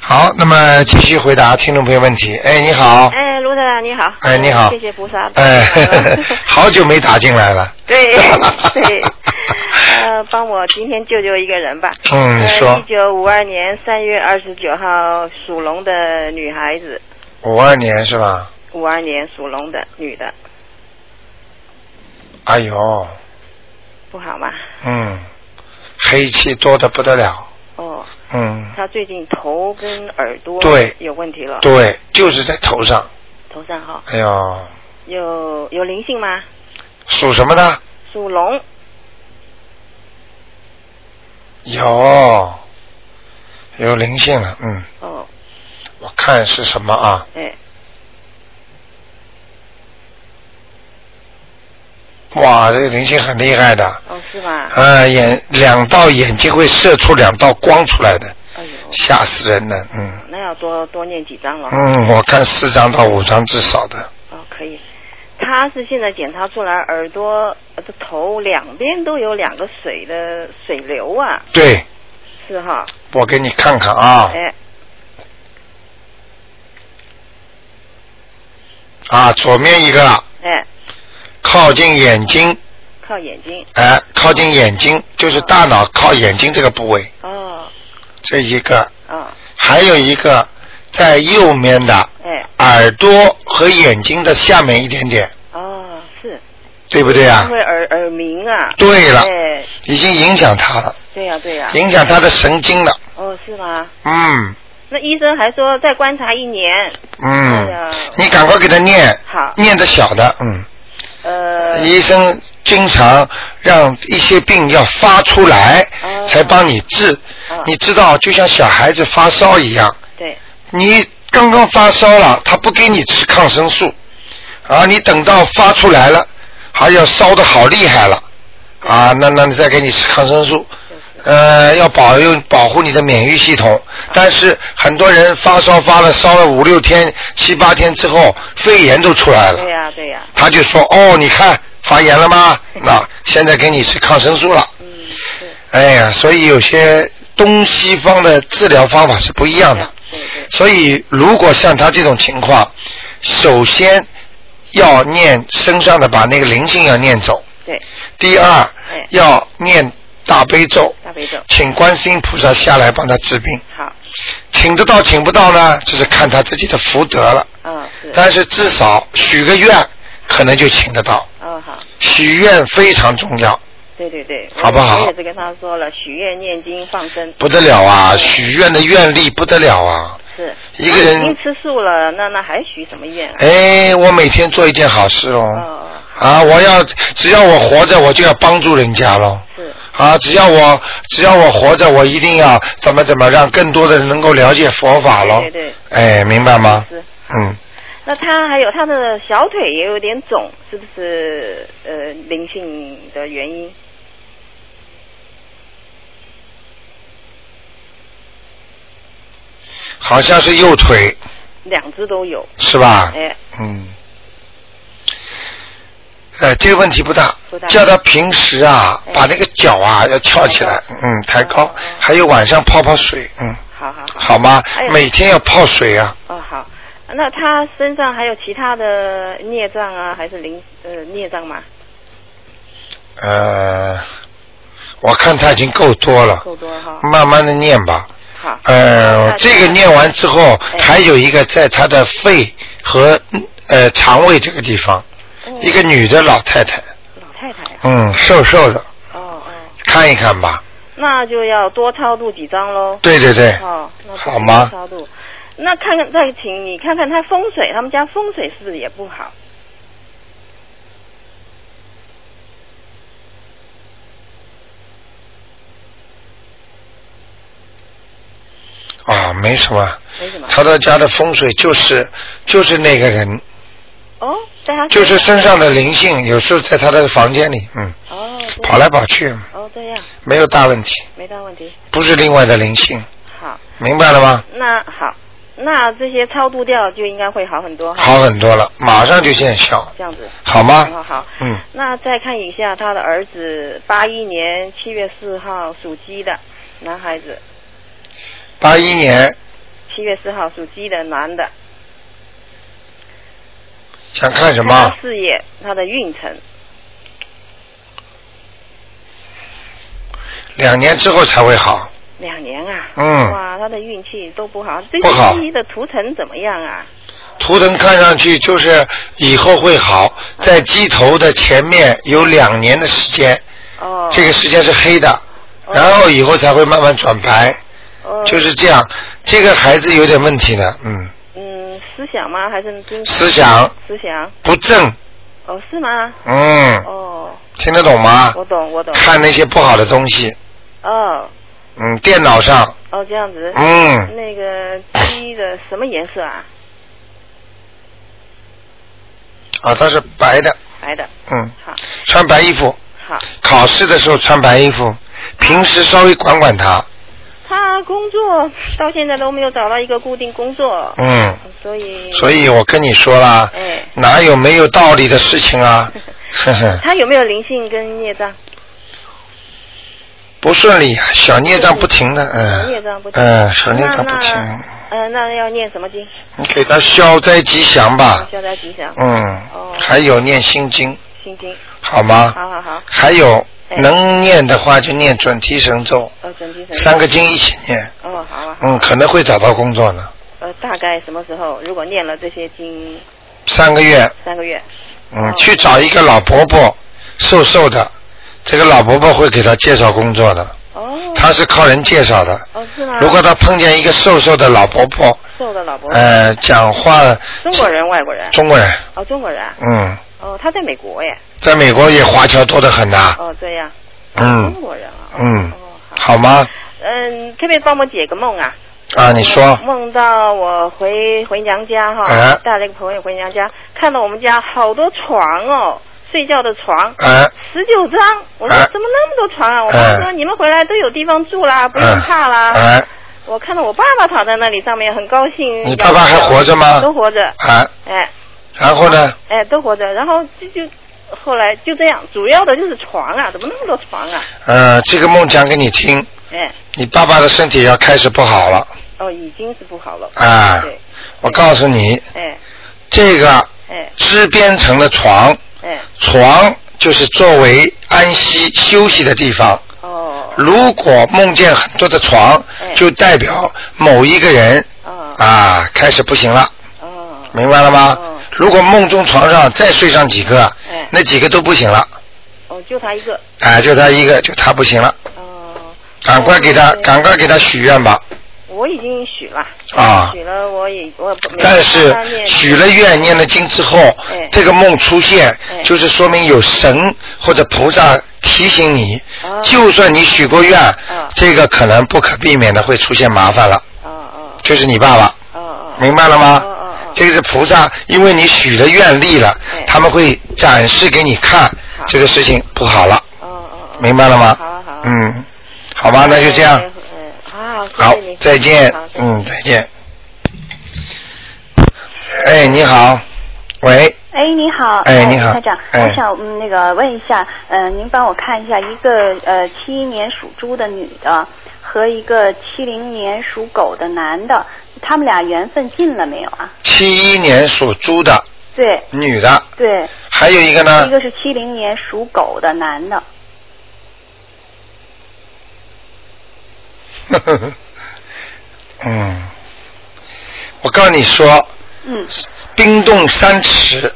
Speaker 1: 好，那么继续回答听众朋友问题。哎，你好。
Speaker 9: 哎，卢台长你好。
Speaker 1: 哎你好
Speaker 9: 谢谢菩萨。
Speaker 1: 哎，
Speaker 9: 好。
Speaker 1: 好久没打进来了。
Speaker 9: 对 对，呃，帮我今天救救一个人吧。呃
Speaker 1: 嗯，你说
Speaker 9: 一九五二年三月二十九号属龙的女孩子，
Speaker 1: 五二年是吧？
Speaker 9: 五二年属龙的女的，
Speaker 1: 哎呦，
Speaker 9: 不好吗？
Speaker 1: 嗯，黑气多的不得了。
Speaker 9: 哦，
Speaker 1: 嗯，
Speaker 9: 她最近头跟耳朵
Speaker 1: 对
Speaker 9: 有问题了，
Speaker 1: 对，就是在头上。
Speaker 9: 头上哈
Speaker 1: 哎呦，
Speaker 9: 有有灵性吗？
Speaker 1: 属什么的？
Speaker 9: 属龙，
Speaker 1: 有，有灵性了。嗯，
Speaker 9: 哦，
Speaker 1: 我看是什么啊？
Speaker 9: 哎，
Speaker 1: 我哇，这个灵性很厉害的，
Speaker 9: 哦，是吧？
Speaker 1: 呃，眼两道眼睛会射出两道光出来的，
Speaker 9: 哎呦，
Speaker 1: 吓死人了，嗯
Speaker 9: 那要多多念几张了。
Speaker 1: 嗯，我看四张到五张至少的，
Speaker 9: 哦，可以。他是现在检查出来耳朵、呃这头两边都有两个水的水流啊，
Speaker 1: 对，
Speaker 9: 是哈？
Speaker 1: 我给你看看啊，
Speaker 9: 哎，
Speaker 1: 啊，左面一个
Speaker 9: 哎，
Speaker 1: 靠近眼睛，
Speaker 9: 靠眼睛。
Speaker 1: 哎、靠近眼睛就是大脑靠眼睛这个部位，
Speaker 9: 哦，
Speaker 1: 这一个，
Speaker 9: 啊，
Speaker 1: 还有一个在右面的
Speaker 9: 哎，
Speaker 1: 耳朵和眼睛的下面一点点，
Speaker 9: 哦，是。
Speaker 1: 对不对啊
Speaker 9: 他？会耳耳鸣啊。
Speaker 1: 对了
Speaker 9: 哎，
Speaker 1: 已经影响他了，
Speaker 9: 对呀、对呀、
Speaker 1: 影响他的神经了。
Speaker 9: 哦，是吗？
Speaker 1: 嗯
Speaker 9: 那医生还说再观察一年。对
Speaker 1: 嗯
Speaker 9: 呀，
Speaker 1: 你赶快给他念，
Speaker 9: 好
Speaker 1: 念的小的，嗯。
Speaker 9: 呃，
Speaker 1: 医生经常让一些病要发出来，
Speaker 9: 哦
Speaker 1: 才帮你治。
Speaker 9: 哦
Speaker 1: 你知道，就像小孩子发烧一样，
Speaker 9: 对，
Speaker 1: 你刚刚发烧了，他不给你吃抗生素，啊，你等到发出来了，还要烧的好厉害了，啊，那那你再给你吃抗生素，呃，要保佑保护你的免疫系统。但是很多人发烧发了烧了五六天、七八天之后，肺炎都出来了
Speaker 9: 对，呀、对呀、
Speaker 1: 他就说哦，你看发炎了吗？那现在给你吃抗生素了。
Speaker 9: 嗯，是，
Speaker 1: 哎呀，所以有些东西方的治疗方法是不一样的。
Speaker 9: 对对，
Speaker 1: 所以，如果像他这种情况，首先要念身上的把那个灵性要念走。
Speaker 9: 对。
Speaker 1: 第二
Speaker 9: 哎，
Speaker 1: 要念大悲咒，
Speaker 9: 大悲咒，
Speaker 1: 请观世音菩萨下来帮他治病。
Speaker 9: 好，
Speaker 1: 请得到，请不到呢，就是看他自己的福德了。
Speaker 9: 嗯，是，
Speaker 1: 但是至少许个愿，可能就请得到。
Speaker 9: 哦，好，
Speaker 1: 许愿非常重要，
Speaker 9: 对对对，我
Speaker 1: 好不好
Speaker 9: 我也是跟他说了，许愿、念经、放生，
Speaker 1: 不得了啊！许愿的愿力不得了啊！
Speaker 9: 是，
Speaker 1: 一个人
Speaker 9: 他已经吃素了，那那还许什么愿啊？
Speaker 1: 哎，我每天做一件好事哦。
Speaker 9: 哦，
Speaker 1: 啊，我要只要我活着，我就要帮助人家咯。
Speaker 9: 是，
Speaker 1: 啊，只要我只要我活着，我一定要怎么怎么让更多的人能够了解佛法咯。
Speaker 9: 对对
Speaker 1: 哎，明白吗？
Speaker 9: 是。
Speaker 1: 嗯，
Speaker 9: 那他还有他的小腿也有点肿，是不是呃灵性的原因？
Speaker 1: 好像是右腿
Speaker 9: 两只都有，
Speaker 1: 是吧？
Speaker 9: 哎，
Speaker 1: 嗯。哎，这个问题不大，
Speaker 9: 不大
Speaker 1: 叫他平时啊，
Speaker 9: 哎
Speaker 1: 把那个脚啊要翘起来，嗯，抬高，
Speaker 9: 哦哦
Speaker 1: 还有晚上泡泡水，嗯，
Speaker 9: 好好好，
Speaker 1: 好吗？
Speaker 9: 哎呀
Speaker 1: 每天要泡水啊，
Speaker 9: 哦好，那他身上还有其他的孽障啊，还是灵呃孽障吗？
Speaker 1: 呃，我看他已经够多了，
Speaker 9: 够多哈，
Speaker 1: 慢慢的念吧。
Speaker 9: 好，
Speaker 1: 呃
Speaker 9: 那，
Speaker 1: 这个念完之后，
Speaker 9: 哎
Speaker 1: 还有一个在她的肺和呃肠胃这个地方，
Speaker 9: 哦
Speaker 1: 一个女的老太太，
Speaker 9: 老太太啊，
Speaker 1: 嗯，瘦瘦的，
Speaker 9: 哦哦，
Speaker 1: 看一看吧。
Speaker 9: 那就要多超度几张喽。
Speaker 1: 对对对，
Speaker 9: 哦，那
Speaker 1: 好吗
Speaker 9: 多超度，那看看再请你看看他风水，他们家风水是不是也不好？
Speaker 1: 啊，没什么。
Speaker 9: 没什么。
Speaker 1: 她的家的风水就是就是那个人，
Speaker 9: 哦，在他
Speaker 1: 就是
Speaker 9: 身
Speaker 1: 身上的灵性，有时候在她的房间里，嗯，
Speaker 9: 上哦，这样
Speaker 1: 跑来跑去，
Speaker 9: 哦，这样
Speaker 1: 没有大问题，
Speaker 9: 没大问题。
Speaker 1: 不是另外的灵性，
Speaker 9: 好，
Speaker 1: 明白了吗？
Speaker 9: 那好，那这些超度掉就应该会好很多哈。
Speaker 1: 好很多了，马上就见效，
Speaker 9: 这样子。
Speaker 1: 好吗？
Speaker 9: 嗯好好。
Speaker 1: 嗯，
Speaker 9: 那再看一下他的儿子，八一年七月四号属鸡的男孩子，
Speaker 1: 八一年
Speaker 9: 七月四号属鸡的男的。
Speaker 1: 想看什
Speaker 9: 看
Speaker 1: 么
Speaker 9: 他？事业，他的运程。
Speaker 1: 两年之后才会好。
Speaker 9: 两年啊，
Speaker 1: 嗯
Speaker 9: 哇，他的运气都不好，这
Speaker 1: 不好
Speaker 9: 些鸡的图腾怎么样啊？
Speaker 1: 图腾看上去就是以后会好，
Speaker 9: 嗯
Speaker 1: 在鸡头的前面有两年的时间，
Speaker 9: 哦，
Speaker 1: 这个时间是黑的，
Speaker 9: 哦
Speaker 1: 然后以后才会慢慢转白，
Speaker 9: 哦
Speaker 1: 就是这样。这个孩子有点问题的，嗯，
Speaker 9: 嗯，思想吗？还是精神？
Speaker 1: 思想
Speaker 9: 思想，
Speaker 1: 不正，
Speaker 9: 哦，是吗？
Speaker 1: 嗯，
Speaker 9: 哦，
Speaker 1: 听得懂吗？
Speaker 9: 我懂，我懂。
Speaker 1: 看那些不好的东西，
Speaker 9: 哦，
Speaker 1: 嗯，电脑上，
Speaker 9: 哦，这样子。
Speaker 1: 嗯，
Speaker 9: 那个鸡的什么颜色啊？
Speaker 1: 啊，它是白的，
Speaker 9: 白的。
Speaker 1: 嗯，
Speaker 9: 好，
Speaker 1: 穿白衣服，
Speaker 9: 好。
Speaker 1: 考试的时候穿白衣服，平时稍微管管他。
Speaker 9: 他工作到现在都没有找到一个固定工作，
Speaker 1: 嗯，
Speaker 9: 所以
Speaker 1: 所 以我跟你说啦，
Speaker 9: 哎，
Speaker 1: 哪有没有道理的事情啊？ 呵呵，
Speaker 9: 他有没有灵性跟业障？
Speaker 1: 不顺利啊，小孽障不停的，嗯，
Speaker 9: 小孽障不停
Speaker 1: 嗯，小孽障不
Speaker 9: 那那
Speaker 1: 停，
Speaker 9: 呃，那要念什么经？
Speaker 1: 你给他消灾吉祥吧，
Speaker 9: 消灾吉祥，
Speaker 1: 嗯
Speaker 9: 哦，
Speaker 1: 还有念心经，
Speaker 9: 心经。
Speaker 1: 好吗？
Speaker 9: 好好好，
Speaker 1: 还有
Speaker 9: 哎
Speaker 1: 能念的话就念准提神咒，
Speaker 9: 呃，准提神
Speaker 1: 三个经一起念，
Speaker 9: 哦，好啊，好
Speaker 1: 嗯，可能会找到工作呢，
Speaker 9: 呃，大概什么时候？如果念了这些经
Speaker 1: 三个月，
Speaker 9: 三个月，
Speaker 1: 嗯
Speaker 9: 哦，
Speaker 1: 去找一个老伯伯，瘦瘦的，这个老伯伯会给他介绍工作的，
Speaker 9: 哦，
Speaker 1: 他是靠人介绍的。
Speaker 9: 哦是吗？
Speaker 1: 如果他碰见一个瘦瘦的老伯伯，
Speaker 9: 瘦的老婆，
Speaker 1: 呃，讲话
Speaker 9: 嗯中国人、外国人，
Speaker 1: 中国人，
Speaker 9: 哦，中国人啊，
Speaker 1: 嗯，
Speaker 9: 哦，他在美国耶，
Speaker 1: 在美国也华侨多得很呐、
Speaker 9: 哦，这样，中
Speaker 1: 嗯
Speaker 9: 国人啊，哦
Speaker 1: 嗯
Speaker 9: 哦，好，
Speaker 1: 好吗？
Speaker 9: 嗯，特别帮我解个梦啊，
Speaker 1: 啊，你说，
Speaker 9: 梦到我回回娘家哈
Speaker 1: 哎，
Speaker 9: 带了一个朋友回娘家，看到我们家好多床哦，睡觉的床，
Speaker 1: 哎、
Speaker 9: 十九张，我说
Speaker 1: 哎
Speaker 9: 怎么那么多床啊？我妈说
Speaker 1: 哎
Speaker 9: 你们回来都有地方住啦，不用
Speaker 1: 哎
Speaker 9: 怕
Speaker 1: 哎、
Speaker 9: 啦。我看到我爸爸躺在那里上面，很高兴。
Speaker 1: 你爸爸还活着吗
Speaker 9: 都活着，
Speaker 1: 哎，
Speaker 9: 哎
Speaker 1: 然后呢？
Speaker 9: 哎，都活着。然后就就后来就这样，主要的就是床啊，怎么那么多床啊？
Speaker 1: 呃，这个梦讲给你听，
Speaker 9: 哎，
Speaker 1: 你爸爸的身体要开始不好了
Speaker 9: 哦，已经是不好了。
Speaker 1: 啊、
Speaker 9: 对，
Speaker 1: 我告诉你，
Speaker 9: 哎
Speaker 1: 这个
Speaker 9: 哎
Speaker 1: 支边城的床，
Speaker 9: 哎，
Speaker 1: 床就是作为安息休息的地方。
Speaker 9: 哦
Speaker 1: 如果梦见很多的床
Speaker 9: 哎，
Speaker 1: 就代表某一个人
Speaker 9: 哦
Speaker 1: 啊开始不行了，
Speaker 9: 哦
Speaker 1: 明白了吗
Speaker 9: 哦？
Speaker 1: 如果梦中床上再睡上几个
Speaker 9: 哎，
Speaker 1: 那几个都不行了，
Speaker 9: 哦，就他一个。
Speaker 1: 啊，就他一个，就他不行了，
Speaker 9: 哦，
Speaker 1: 赶快给他
Speaker 9: 哦，
Speaker 1: 赶快给他许愿吧。
Speaker 9: 我已经许了。
Speaker 1: 啊
Speaker 9: 许了，我也我不没
Speaker 1: 但是
Speaker 9: 帮他念
Speaker 1: 许了愿、念了经之后
Speaker 9: 哎，
Speaker 1: 这个梦出现
Speaker 9: 哎，
Speaker 1: 就是说明有神或者菩萨提醒你
Speaker 9: 哦，
Speaker 1: 就算你许过愿
Speaker 9: 哦，
Speaker 1: 这个可能不可避免的会出现麻烦了，
Speaker 9: 哦哦
Speaker 1: 就是你爸爸，
Speaker 9: 哦哦。
Speaker 1: 明白了吗
Speaker 9: 哦哦哦？
Speaker 1: 这个是菩萨，因为你许了愿力了
Speaker 9: 哎，
Speaker 1: 他们会展示给你看
Speaker 9: 好，
Speaker 1: 这个事情不好了，
Speaker 9: 哦哦哦。
Speaker 1: 明白了吗
Speaker 9: 好啊好啊？
Speaker 1: 嗯，好吧，那就这样。
Speaker 9: 嗯，好，
Speaker 1: 好
Speaker 9: 谢谢你，
Speaker 1: 再见
Speaker 9: 好，再，见
Speaker 1: 嗯，再见。哎，你好，喂，
Speaker 10: 哎，你好，
Speaker 1: 哎你好
Speaker 10: 台长，
Speaker 1: 哎
Speaker 10: 我想嗯那个问一下，呃，您帮我看一下一个呃七一年属猪的女的和一个七零年属狗的男的，他们俩缘分尽了没有啊？
Speaker 1: 七一年属猪的
Speaker 10: 对
Speaker 1: 女的，
Speaker 10: 对，
Speaker 1: 还有一个
Speaker 10: 一
Speaker 1: 呢，
Speaker 10: 个是七零年属狗的男的，
Speaker 1: 嗯，我告诉你说，
Speaker 10: 嗯
Speaker 1: 冰冻三尺，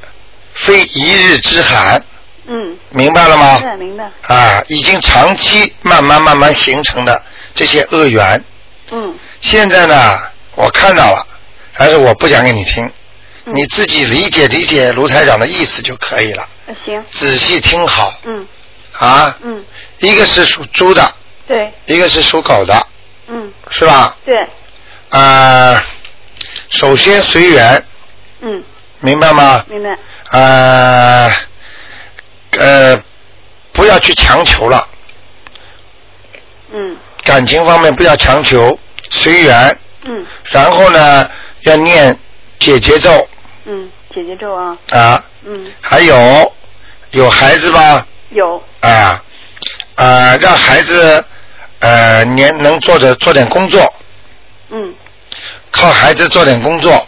Speaker 1: 非一日之寒，
Speaker 10: 嗯，
Speaker 1: 明白了吗
Speaker 10: 明？白明白，
Speaker 1: 啊，已经长期慢慢慢慢形成的这些恶缘，
Speaker 10: 嗯
Speaker 1: 现在呢，我看到了，但是我不讲给你听，
Speaker 10: 嗯
Speaker 1: 你自己理解理解卢台长的意思就可以了，
Speaker 10: 呃行，
Speaker 1: 仔细听好
Speaker 10: 嗯
Speaker 1: 啊。
Speaker 10: 嗯
Speaker 1: 一个是属猪的，
Speaker 10: 对，
Speaker 1: 一个是属狗的，
Speaker 10: 嗯
Speaker 1: 是吧？
Speaker 10: 对，
Speaker 1: 呃，首先随缘，
Speaker 10: 嗯
Speaker 1: 明白吗？
Speaker 10: 明白，
Speaker 1: 呃，呃，不要去强求了，
Speaker 10: 嗯
Speaker 1: 感情方面不要强求，随缘。
Speaker 10: 嗯
Speaker 1: 然后呢，要念解结咒
Speaker 10: 嗯，姐姐咒啊，
Speaker 1: 啊，
Speaker 10: 嗯
Speaker 1: 还有有孩子吧，
Speaker 10: 有，
Speaker 1: 啊，呃，让孩子呃年能做着做点工作，
Speaker 10: 嗯
Speaker 1: 靠孩子做点工作，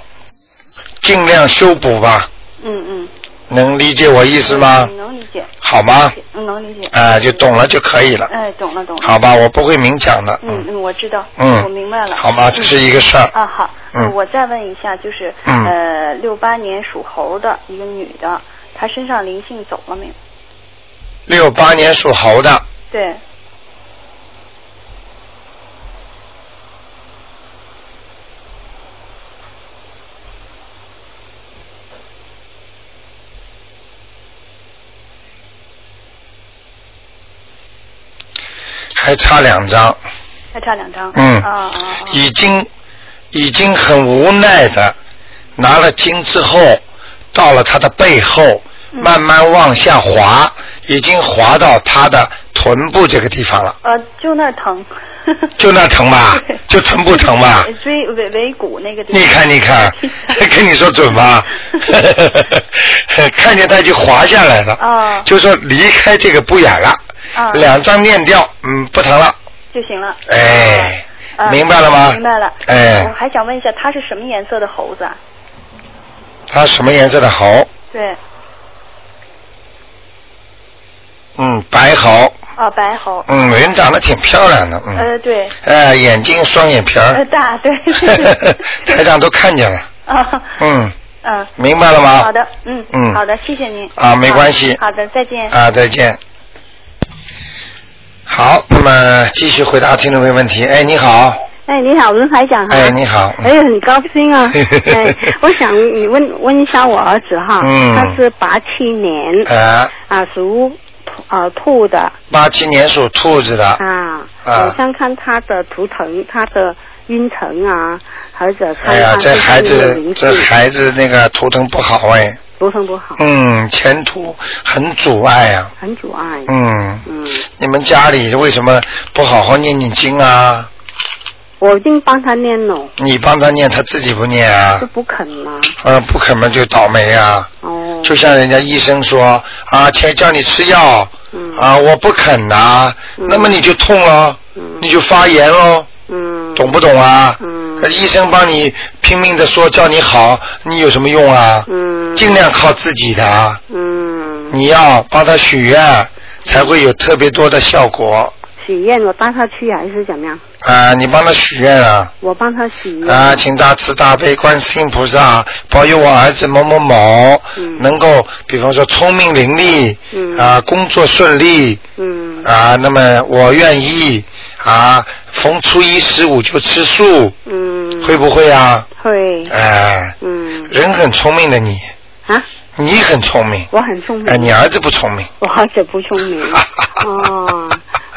Speaker 1: 尽量修补吧，
Speaker 10: 嗯嗯，
Speaker 1: 能理解我意思吗啊
Speaker 10: 嗯？能理解。
Speaker 1: 好吗？
Speaker 10: 嗯，能理解。
Speaker 1: 啊、就懂了就可以了，
Speaker 10: 哎，懂了懂了。
Speaker 1: 好吧，我不会明讲的，
Speaker 10: 嗯嗯，我知道。
Speaker 1: 嗯
Speaker 10: 我明白了。
Speaker 1: 好吧，这是一个事儿，
Speaker 10: 啊好，
Speaker 1: 嗯
Speaker 10: 我再问一下，就是、
Speaker 1: 嗯
Speaker 10: 呃，六八年属猴的一个女的，她身上灵性走了没有？
Speaker 1: 六八年属猴的，
Speaker 10: 对，
Speaker 1: 还差两张，
Speaker 10: 还差两张。
Speaker 1: 嗯
Speaker 10: 啊啊啊！
Speaker 1: 已经已经很无奈的拿了经之后，到了他的背后，慢慢往下滑，已经滑到他的臀部这个地方了，
Speaker 11: 呃，就那儿 疼，
Speaker 1: 就那疼 吧，就臀部疼吧。
Speaker 11: 椎尾尾骨那个地方。
Speaker 1: 你看，你 看，跟你说准 吧？看见它就滑下来了，
Speaker 11: 啊
Speaker 1: 就说离开这个不远了，
Speaker 11: 啊，
Speaker 1: 两张念掉，嗯，不疼了，
Speaker 11: 就行了。
Speaker 1: 哎，
Speaker 11: 啊
Speaker 1: 明白了吗
Speaker 11: 明白了。
Speaker 1: 哎
Speaker 11: 我还想问一下，它是什么颜色的猴子啊？
Speaker 1: 它什么颜色的猴？
Speaker 11: 对，
Speaker 1: 嗯，白猴，
Speaker 8: 哦
Speaker 11: 啊，白猴。
Speaker 1: 嗯，人长得挺漂亮的，嗯，
Speaker 11: 呃，对。
Speaker 1: 哎，眼睛双眼皮
Speaker 11: 呃，
Speaker 1: 儿，
Speaker 11: 大 对。
Speaker 1: 台长都看 见了，
Speaker 11: 啊，
Speaker 1: 嗯，
Speaker 11: 嗯。
Speaker 1: 明白了吗
Speaker 11: 好的，嗯
Speaker 1: 嗯
Speaker 11: 好的，谢谢您。
Speaker 1: 啊没关系
Speaker 11: 好好的，再见。
Speaker 1: 啊，再见。好，那么继续回答听众朋友问题。哎，你好，
Speaker 8: 哎，你好，卢台长
Speaker 11: 嗯
Speaker 8: 哈。
Speaker 1: 哎，你好，
Speaker 8: 哎呦，很高 兴啊！哎，我想你问问一下我儿子哈，
Speaker 1: 嗯
Speaker 8: 他是八七年
Speaker 1: 啊，
Speaker 8: 啊，属兔啊兔的
Speaker 1: 八七年属兔子的，
Speaker 8: 啊。
Speaker 1: 啊
Speaker 8: 我想看他的图腾，他的运程啊，或者看
Speaker 1: 哎呀，
Speaker 8: 他
Speaker 1: 这
Speaker 8: 身上
Speaker 1: 孩
Speaker 8: 有没有
Speaker 1: 子
Speaker 8: 灵
Speaker 1: 这
Speaker 8: 性
Speaker 1: 孩子那个图腾不好哎，
Speaker 8: 图腾不
Speaker 11: 哦
Speaker 8: 好，
Speaker 1: 嗯，前途很阻碍啊，
Speaker 8: 很阻碍。
Speaker 1: 嗯，
Speaker 8: 嗯，
Speaker 1: 你们家里为什么不好好念念经啊？
Speaker 8: 我已经帮他念了，
Speaker 1: 你帮他念，他自己不念啊
Speaker 8: 这？不肯嘛。
Speaker 1: 呃，不肯嘛就倒霉啊。
Speaker 8: 哦。
Speaker 1: 就像人家医生说啊，先叫你吃药，
Speaker 8: 嗯
Speaker 1: 啊，我不肯呐、那么你就痛咯，你就发炎咯，
Speaker 8: 嗯
Speaker 1: 懂不懂啊？呃医生帮你拼命的说叫你好，你有什么用啊？
Speaker 8: 嗯
Speaker 1: 尽量靠自己的啊。你要帮他许愿，才会有特别多的效果
Speaker 8: 许愿，我带他去还是怎么样？
Speaker 1: 啊！你帮他许愿啊。
Speaker 8: 我帮他许愿。
Speaker 1: 啊，请大慈大悲观世音菩萨保佑我儿子某某某、能够，比方说聪明伶俐，啊，工作顺利，
Speaker 8: 嗯
Speaker 1: 啊，那么我愿意啊，逢初一十五就吃素，会不会啊？
Speaker 8: 嗯会嗯
Speaker 1: 哎，人很聪明的你，
Speaker 8: 啊，
Speaker 1: 你很聪明，
Speaker 8: 我很聪明。
Speaker 1: 哎，你儿子不聪明，
Speaker 8: 我儿子不聪 明。哦，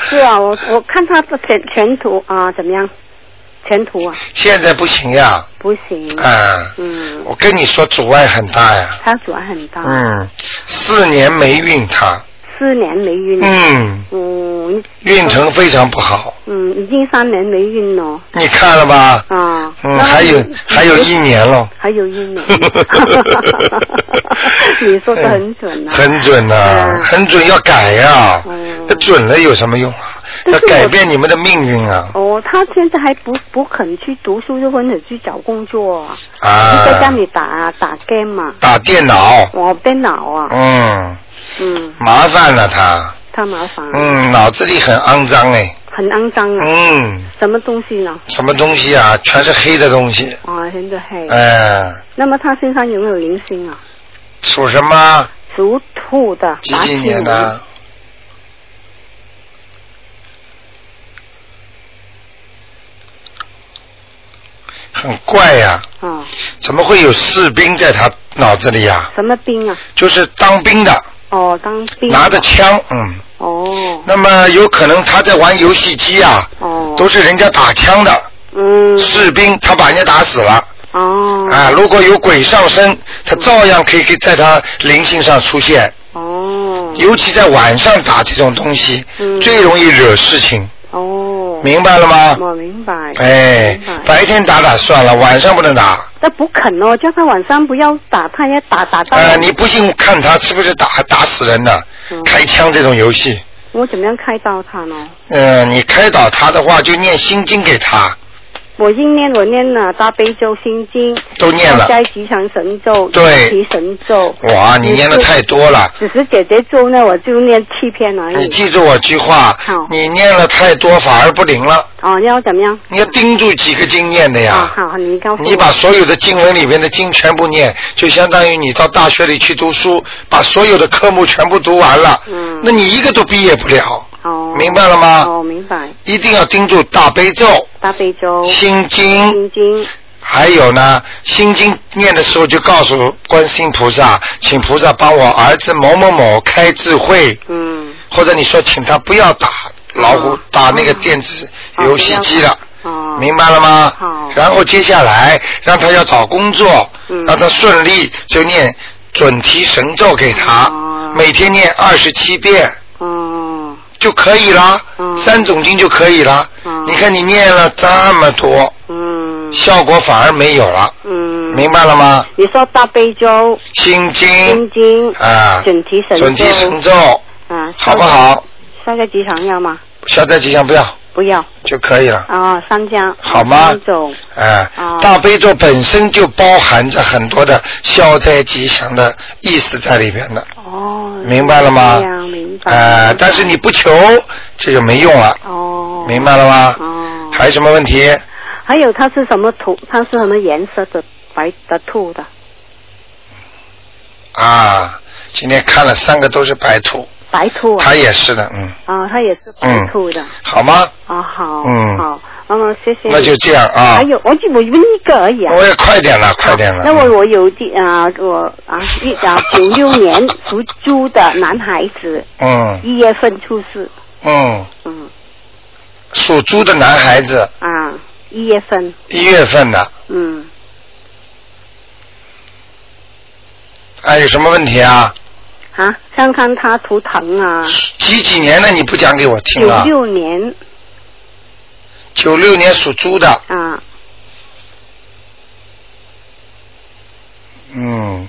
Speaker 8: 是啊，我我看他的前前途啊、怎么样？前途啊，
Speaker 1: 现在不行呀，
Speaker 8: 不行，
Speaker 1: 啊，
Speaker 8: 嗯，啊
Speaker 1: 我跟你说阻碍很大呀，
Speaker 8: 他阻碍很大，
Speaker 1: 嗯，四年霉运他，
Speaker 8: 四年没运，
Speaker 1: 嗯，
Speaker 8: 嗯，
Speaker 1: 运程非常不好，
Speaker 8: 嗯，已经三年没运了，
Speaker 1: 你看了吧？
Speaker 8: 啊，
Speaker 1: 嗯，
Speaker 8: 那
Speaker 1: 还有还有一年了，
Speaker 8: 还有一 年， 你说的很准
Speaker 1: 嗯哎
Speaker 8: 啊，嗯
Speaker 1: 很准呐、很准，要改呀、那准了有什么用啊？
Speaker 8: 但
Speaker 1: 要
Speaker 8: 是我
Speaker 1: 改变你们的命运啊！
Speaker 8: 哦，他现在还不不肯去读书，又或者去找工作，
Speaker 1: 啊
Speaker 8: 就在家里打打 game 嘛，
Speaker 1: 打电脑，
Speaker 8: 我电脑啊，
Speaker 1: 嗯，
Speaker 8: 嗯，
Speaker 1: 麻烦了他，
Speaker 8: 他麻烦，
Speaker 1: 嗯，脑子里很肮脏哎，
Speaker 8: 很肮脏啊，
Speaker 1: 嗯，
Speaker 8: 什么东西呢？
Speaker 1: 什么东西啊，全是黑的东西，
Speaker 8: 啊，现在黑。
Speaker 1: 哎，
Speaker 8: 那么他身上有没有灵性啊？
Speaker 1: 属什么？
Speaker 8: 属兔的，
Speaker 1: 几几年
Speaker 8: 八
Speaker 1: 的？很怪呀、
Speaker 8: 七年？啊，
Speaker 1: 怎么会有士兵在他脑子里呀、
Speaker 8: 什么兵啊？
Speaker 1: 就是当兵的，
Speaker 8: 哦，当兵。
Speaker 1: 拿着。枪，嗯。
Speaker 8: 哦。
Speaker 1: 那么有可能他在玩游戏机啊，
Speaker 8: 哦。
Speaker 1: 都是人家打枪的。
Speaker 8: 嗯。
Speaker 1: 士兵，他把人家打死了。
Speaker 8: 哦。
Speaker 1: 啊，如果有鬼上身，他照样可以可以在他灵性上出现。
Speaker 8: 哦。
Speaker 1: 尤其在晚上打这种东西，
Speaker 8: 嗯
Speaker 1: 最容易惹事情。
Speaker 8: 哦。
Speaker 1: 明白了吗
Speaker 8: 我明白。
Speaker 1: 哎
Speaker 8: 明白，
Speaker 1: 白天打打算了，晚上不能打。
Speaker 8: 那不肯哦，叫他晚上不要打，他也打打到。
Speaker 1: 啊，你不信看他是不是打打死人的，
Speaker 8: 嗯
Speaker 1: 开枪这种游戏。
Speaker 8: 我怎么样开导他呢？
Speaker 1: 嗯，你开导他的话，就念心经给他。
Speaker 8: 我已经念我念了大悲咒心经，
Speaker 1: 都念了
Speaker 8: 该吉祥神咒，
Speaker 1: 对
Speaker 8: 提神咒。
Speaker 1: 哇，你念的太多了。
Speaker 8: 只是姐姐咒呢，我就念七篇而
Speaker 1: 你
Speaker 8: 已。
Speaker 1: 记住我句话，你念了太多反而不灵了。
Speaker 8: 哦，要怎么样？
Speaker 1: 你要盯住几个经念的
Speaker 8: 啊，
Speaker 1: 呀。
Speaker 8: 好，你告诉我。
Speaker 1: 你把所有的经文里面的经全部念，就相当于你到大学里去读书，把所有的科目全部读完了，嗯、那你一个都毕业不了。
Speaker 8: 哦，
Speaker 1: 明白了吗
Speaker 8: 哦，明白。
Speaker 1: 一定要盯住大悲咒，
Speaker 8: 大悲咒、
Speaker 1: 心经、
Speaker 8: 心经，
Speaker 1: 还有呢，心经念的时候就告诉观世音菩萨，请菩萨帮我儿子某某某开智慧。
Speaker 8: 嗯。
Speaker 1: 或者你说请他不要打老虎，打那个电子
Speaker 8: 啊
Speaker 1: 游戏机了。
Speaker 8: 嗯
Speaker 1: 明白了吗？然后接下来让他要找工作，让他顺利，就念准提神咒给他，每天念二十七遍。
Speaker 8: 嗯
Speaker 1: 就可以啦，三种经就可以啦。
Speaker 8: 嗯
Speaker 1: 你看你念了这么多，效果反而没有了。
Speaker 8: 嗯
Speaker 1: 明白了吗？
Speaker 8: 你说大悲咒、
Speaker 1: 心经、
Speaker 8: 心经
Speaker 1: 啊
Speaker 8: 准提神咒、
Speaker 1: 准提神咒，
Speaker 8: 嗯，
Speaker 1: 好不好？
Speaker 8: 烧在吉祥要吗？
Speaker 1: 消灾吉祥不要
Speaker 8: 不要
Speaker 1: 就可以了。
Speaker 8: 啊，三江
Speaker 1: 好吗
Speaker 8: 三种
Speaker 1: 哎、
Speaker 8: 哦
Speaker 1: 大悲咒本身就包含着很多的消灾吉祥的意思在里边的。哦，明白了吗？
Speaker 8: 这样嗯明白
Speaker 1: 呃，但是你不求，这就没用了。哦，明白了吗？哦，还有什么问题？
Speaker 8: 还有它是什么图？它是什么颜色的白的兔的
Speaker 1: 啊，今天看了三个都是白兔，
Speaker 8: 白兔啊？
Speaker 1: 他也是的，嗯，
Speaker 8: 啊，它也是白兔的。
Speaker 1: 好吗？
Speaker 8: 啊，好，
Speaker 1: 嗯
Speaker 8: 好，嗯，谢谢你。
Speaker 1: 那就这样啊
Speaker 8: 还有，我就我问一个而已啊。
Speaker 1: 我也快点了，快点了。
Speaker 8: 那我我有的啊，我啊一啊九六年属猪的男孩子，
Speaker 1: 嗯
Speaker 8: 一月份出世
Speaker 1: 嗯
Speaker 8: 嗯，
Speaker 1: 属猪的男孩子，
Speaker 8: 啊，一月份，
Speaker 1: 一月份的，
Speaker 8: 嗯，
Speaker 1: 哎，有什么问题啊？
Speaker 8: 啊，看看他图腾啊，
Speaker 1: 几几年的你不讲给我
Speaker 8: 九
Speaker 1: 听啊？
Speaker 8: 六年
Speaker 1: 九六年属猪的，
Speaker 8: 啊，
Speaker 1: 嗯，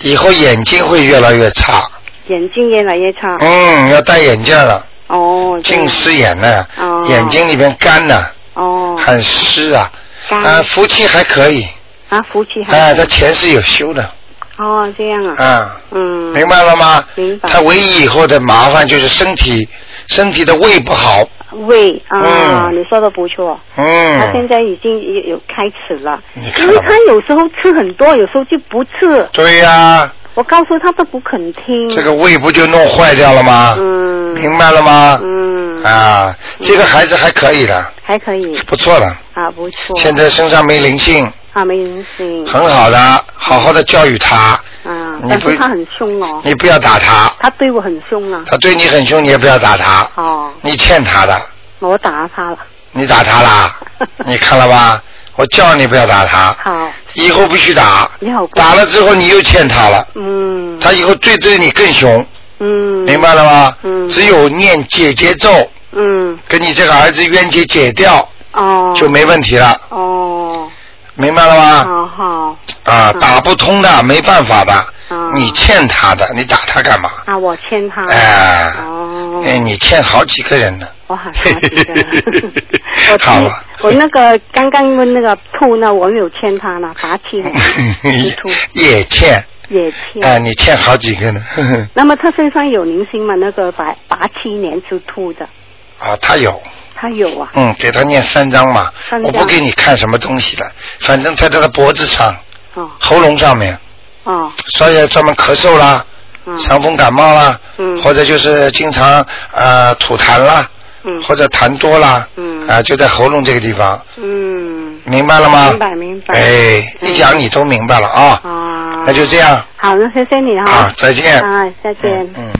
Speaker 1: 以后眼睛会越来越差，
Speaker 8: 眼睛越来越差，
Speaker 1: 嗯，要戴眼镜了，
Speaker 8: 哦，这样
Speaker 1: 近视眼呢，
Speaker 8: 哦
Speaker 1: 眼睛里边干呢，
Speaker 8: 哦，
Speaker 1: 很湿啊，
Speaker 8: 干
Speaker 1: 啊，福气还可以，
Speaker 8: 啊，福气还
Speaker 1: 哎，他前世有修的，
Speaker 8: 哦，这样啊，
Speaker 1: 啊，
Speaker 8: 嗯，
Speaker 1: 明白了吗？
Speaker 8: 明白。
Speaker 1: 他唯一以后的麻烦就是身体，身体的胃不好，
Speaker 8: 胃啊，你说的不错，他现
Speaker 1: 嗯，
Speaker 8: 在已经有有开始了，
Speaker 1: 你
Speaker 8: 因
Speaker 1: 看
Speaker 8: 为
Speaker 1: 到吗
Speaker 8: 他有时候吃很多，有时候就不吃。
Speaker 1: 对呀、
Speaker 8: 我告诉他都不肯听。
Speaker 1: 这个胃不就弄坏掉了吗？
Speaker 8: 嗯，
Speaker 1: 明白了吗？
Speaker 8: 嗯，
Speaker 1: 啊，这个孩子还可以的，
Speaker 8: 还可以
Speaker 1: 不错的，
Speaker 8: 啊，嗯不错。
Speaker 1: 现在身上没灵性，
Speaker 8: 啊，没人性。
Speaker 1: 很好的，好好的教育他，
Speaker 8: 啊，
Speaker 1: 你
Speaker 8: 但
Speaker 1: 不
Speaker 8: 是他很凶哦。
Speaker 1: 你不要打他，
Speaker 8: 他对我很凶啊。
Speaker 1: 他对你很凶，你也不要打他，
Speaker 8: 哦，
Speaker 1: 你欠他的，
Speaker 8: 我打他了。
Speaker 1: 你打他 啦，你看了吧？我叫你不要打他，
Speaker 8: 好，
Speaker 1: 以后必须打，
Speaker 8: 你好。
Speaker 1: 打了之后你又欠他了，
Speaker 8: 嗯，
Speaker 1: 他以后对对你更凶，
Speaker 8: 嗯，
Speaker 1: 明白了吗？嗯，只有念解结咒，
Speaker 8: 嗯，
Speaker 1: 跟你这个儿子冤结解掉，
Speaker 8: 哦，
Speaker 1: 就没问题了。哦，明白了吗？
Speaker 8: 好好哦
Speaker 1: 啊，打不通的，没办法的，你欠他的，你打他干嘛？
Speaker 8: 啊，我欠他。哦
Speaker 1: 哎，哎，你欠好几个人呢。
Speaker 8: 我好开心的。
Speaker 1: 好
Speaker 8: 我听
Speaker 1: 了，
Speaker 8: 我那个刚刚问那个兔呢，我没有欠他呢，罚气了，
Speaker 1: 也也欠，
Speaker 8: 也欠。
Speaker 1: 哎，你欠好几个呢。 呵呵
Speaker 8: 那么他身上有灵性吗？那个八八七年属兔的，
Speaker 1: 啊，他有，
Speaker 8: 他有啊。
Speaker 1: 嗯，给他念三张嘛，
Speaker 8: 三
Speaker 1: 我
Speaker 8: 张
Speaker 1: 不给你看什么东西的，反正在他的脖子上、
Speaker 8: 哦
Speaker 1: 喉咙上面，
Speaker 8: 哦，
Speaker 1: 所以专门咳嗽啦、
Speaker 8: 嗯
Speaker 1: 伤风感冒啦，
Speaker 8: 嗯
Speaker 1: 或者就是经常呃吐痰啦，
Speaker 8: 嗯
Speaker 1: 或者痰多啦，
Speaker 8: 嗯
Speaker 1: 啊、就在喉咙这个地方，
Speaker 8: 嗯，
Speaker 1: 明白了吗？
Speaker 8: 明白明白。嗯
Speaker 1: 哎，一讲你都明白了啊，
Speaker 8: 啊，
Speaker 1: 那就这样，
Speaker 8: 好，那谢谢你哈。
Speaker 1: 啊再见
Speaker 8: 啊，再见。
Speaker 1: 嗯。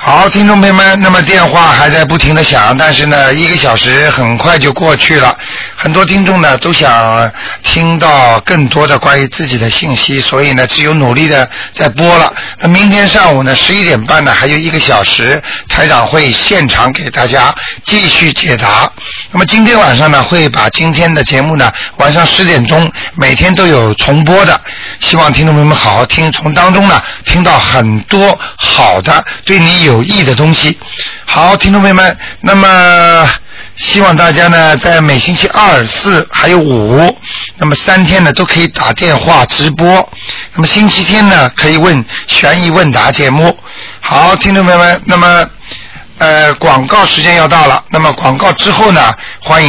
Speaker 1: 好，听众朋友们，那么电话还在不停的响，但是呢，一个小时很快就过去了。很多听众呢都想听到更多的关于自己的信息，所以呢，只有努力的在播了。那明天上午呢，十一点半呢，还有一个小时，台长会现场给大家继续解答。那么今天晚上呢，会把今天的节目呢，晚上十点钟每天都有重播的，希望听众朋友们好好听，从当中呢听到很多好的、对你有益的东西。好，听众朋友们，那么希望大家呢在每星期二、四还有五，那么三天呢都可以打电话直播，那么星期天呢可以问悬疑问答节目。好，听众朋友们，那么。呃，广告时间要到了，那么广告之后呢，欢迎。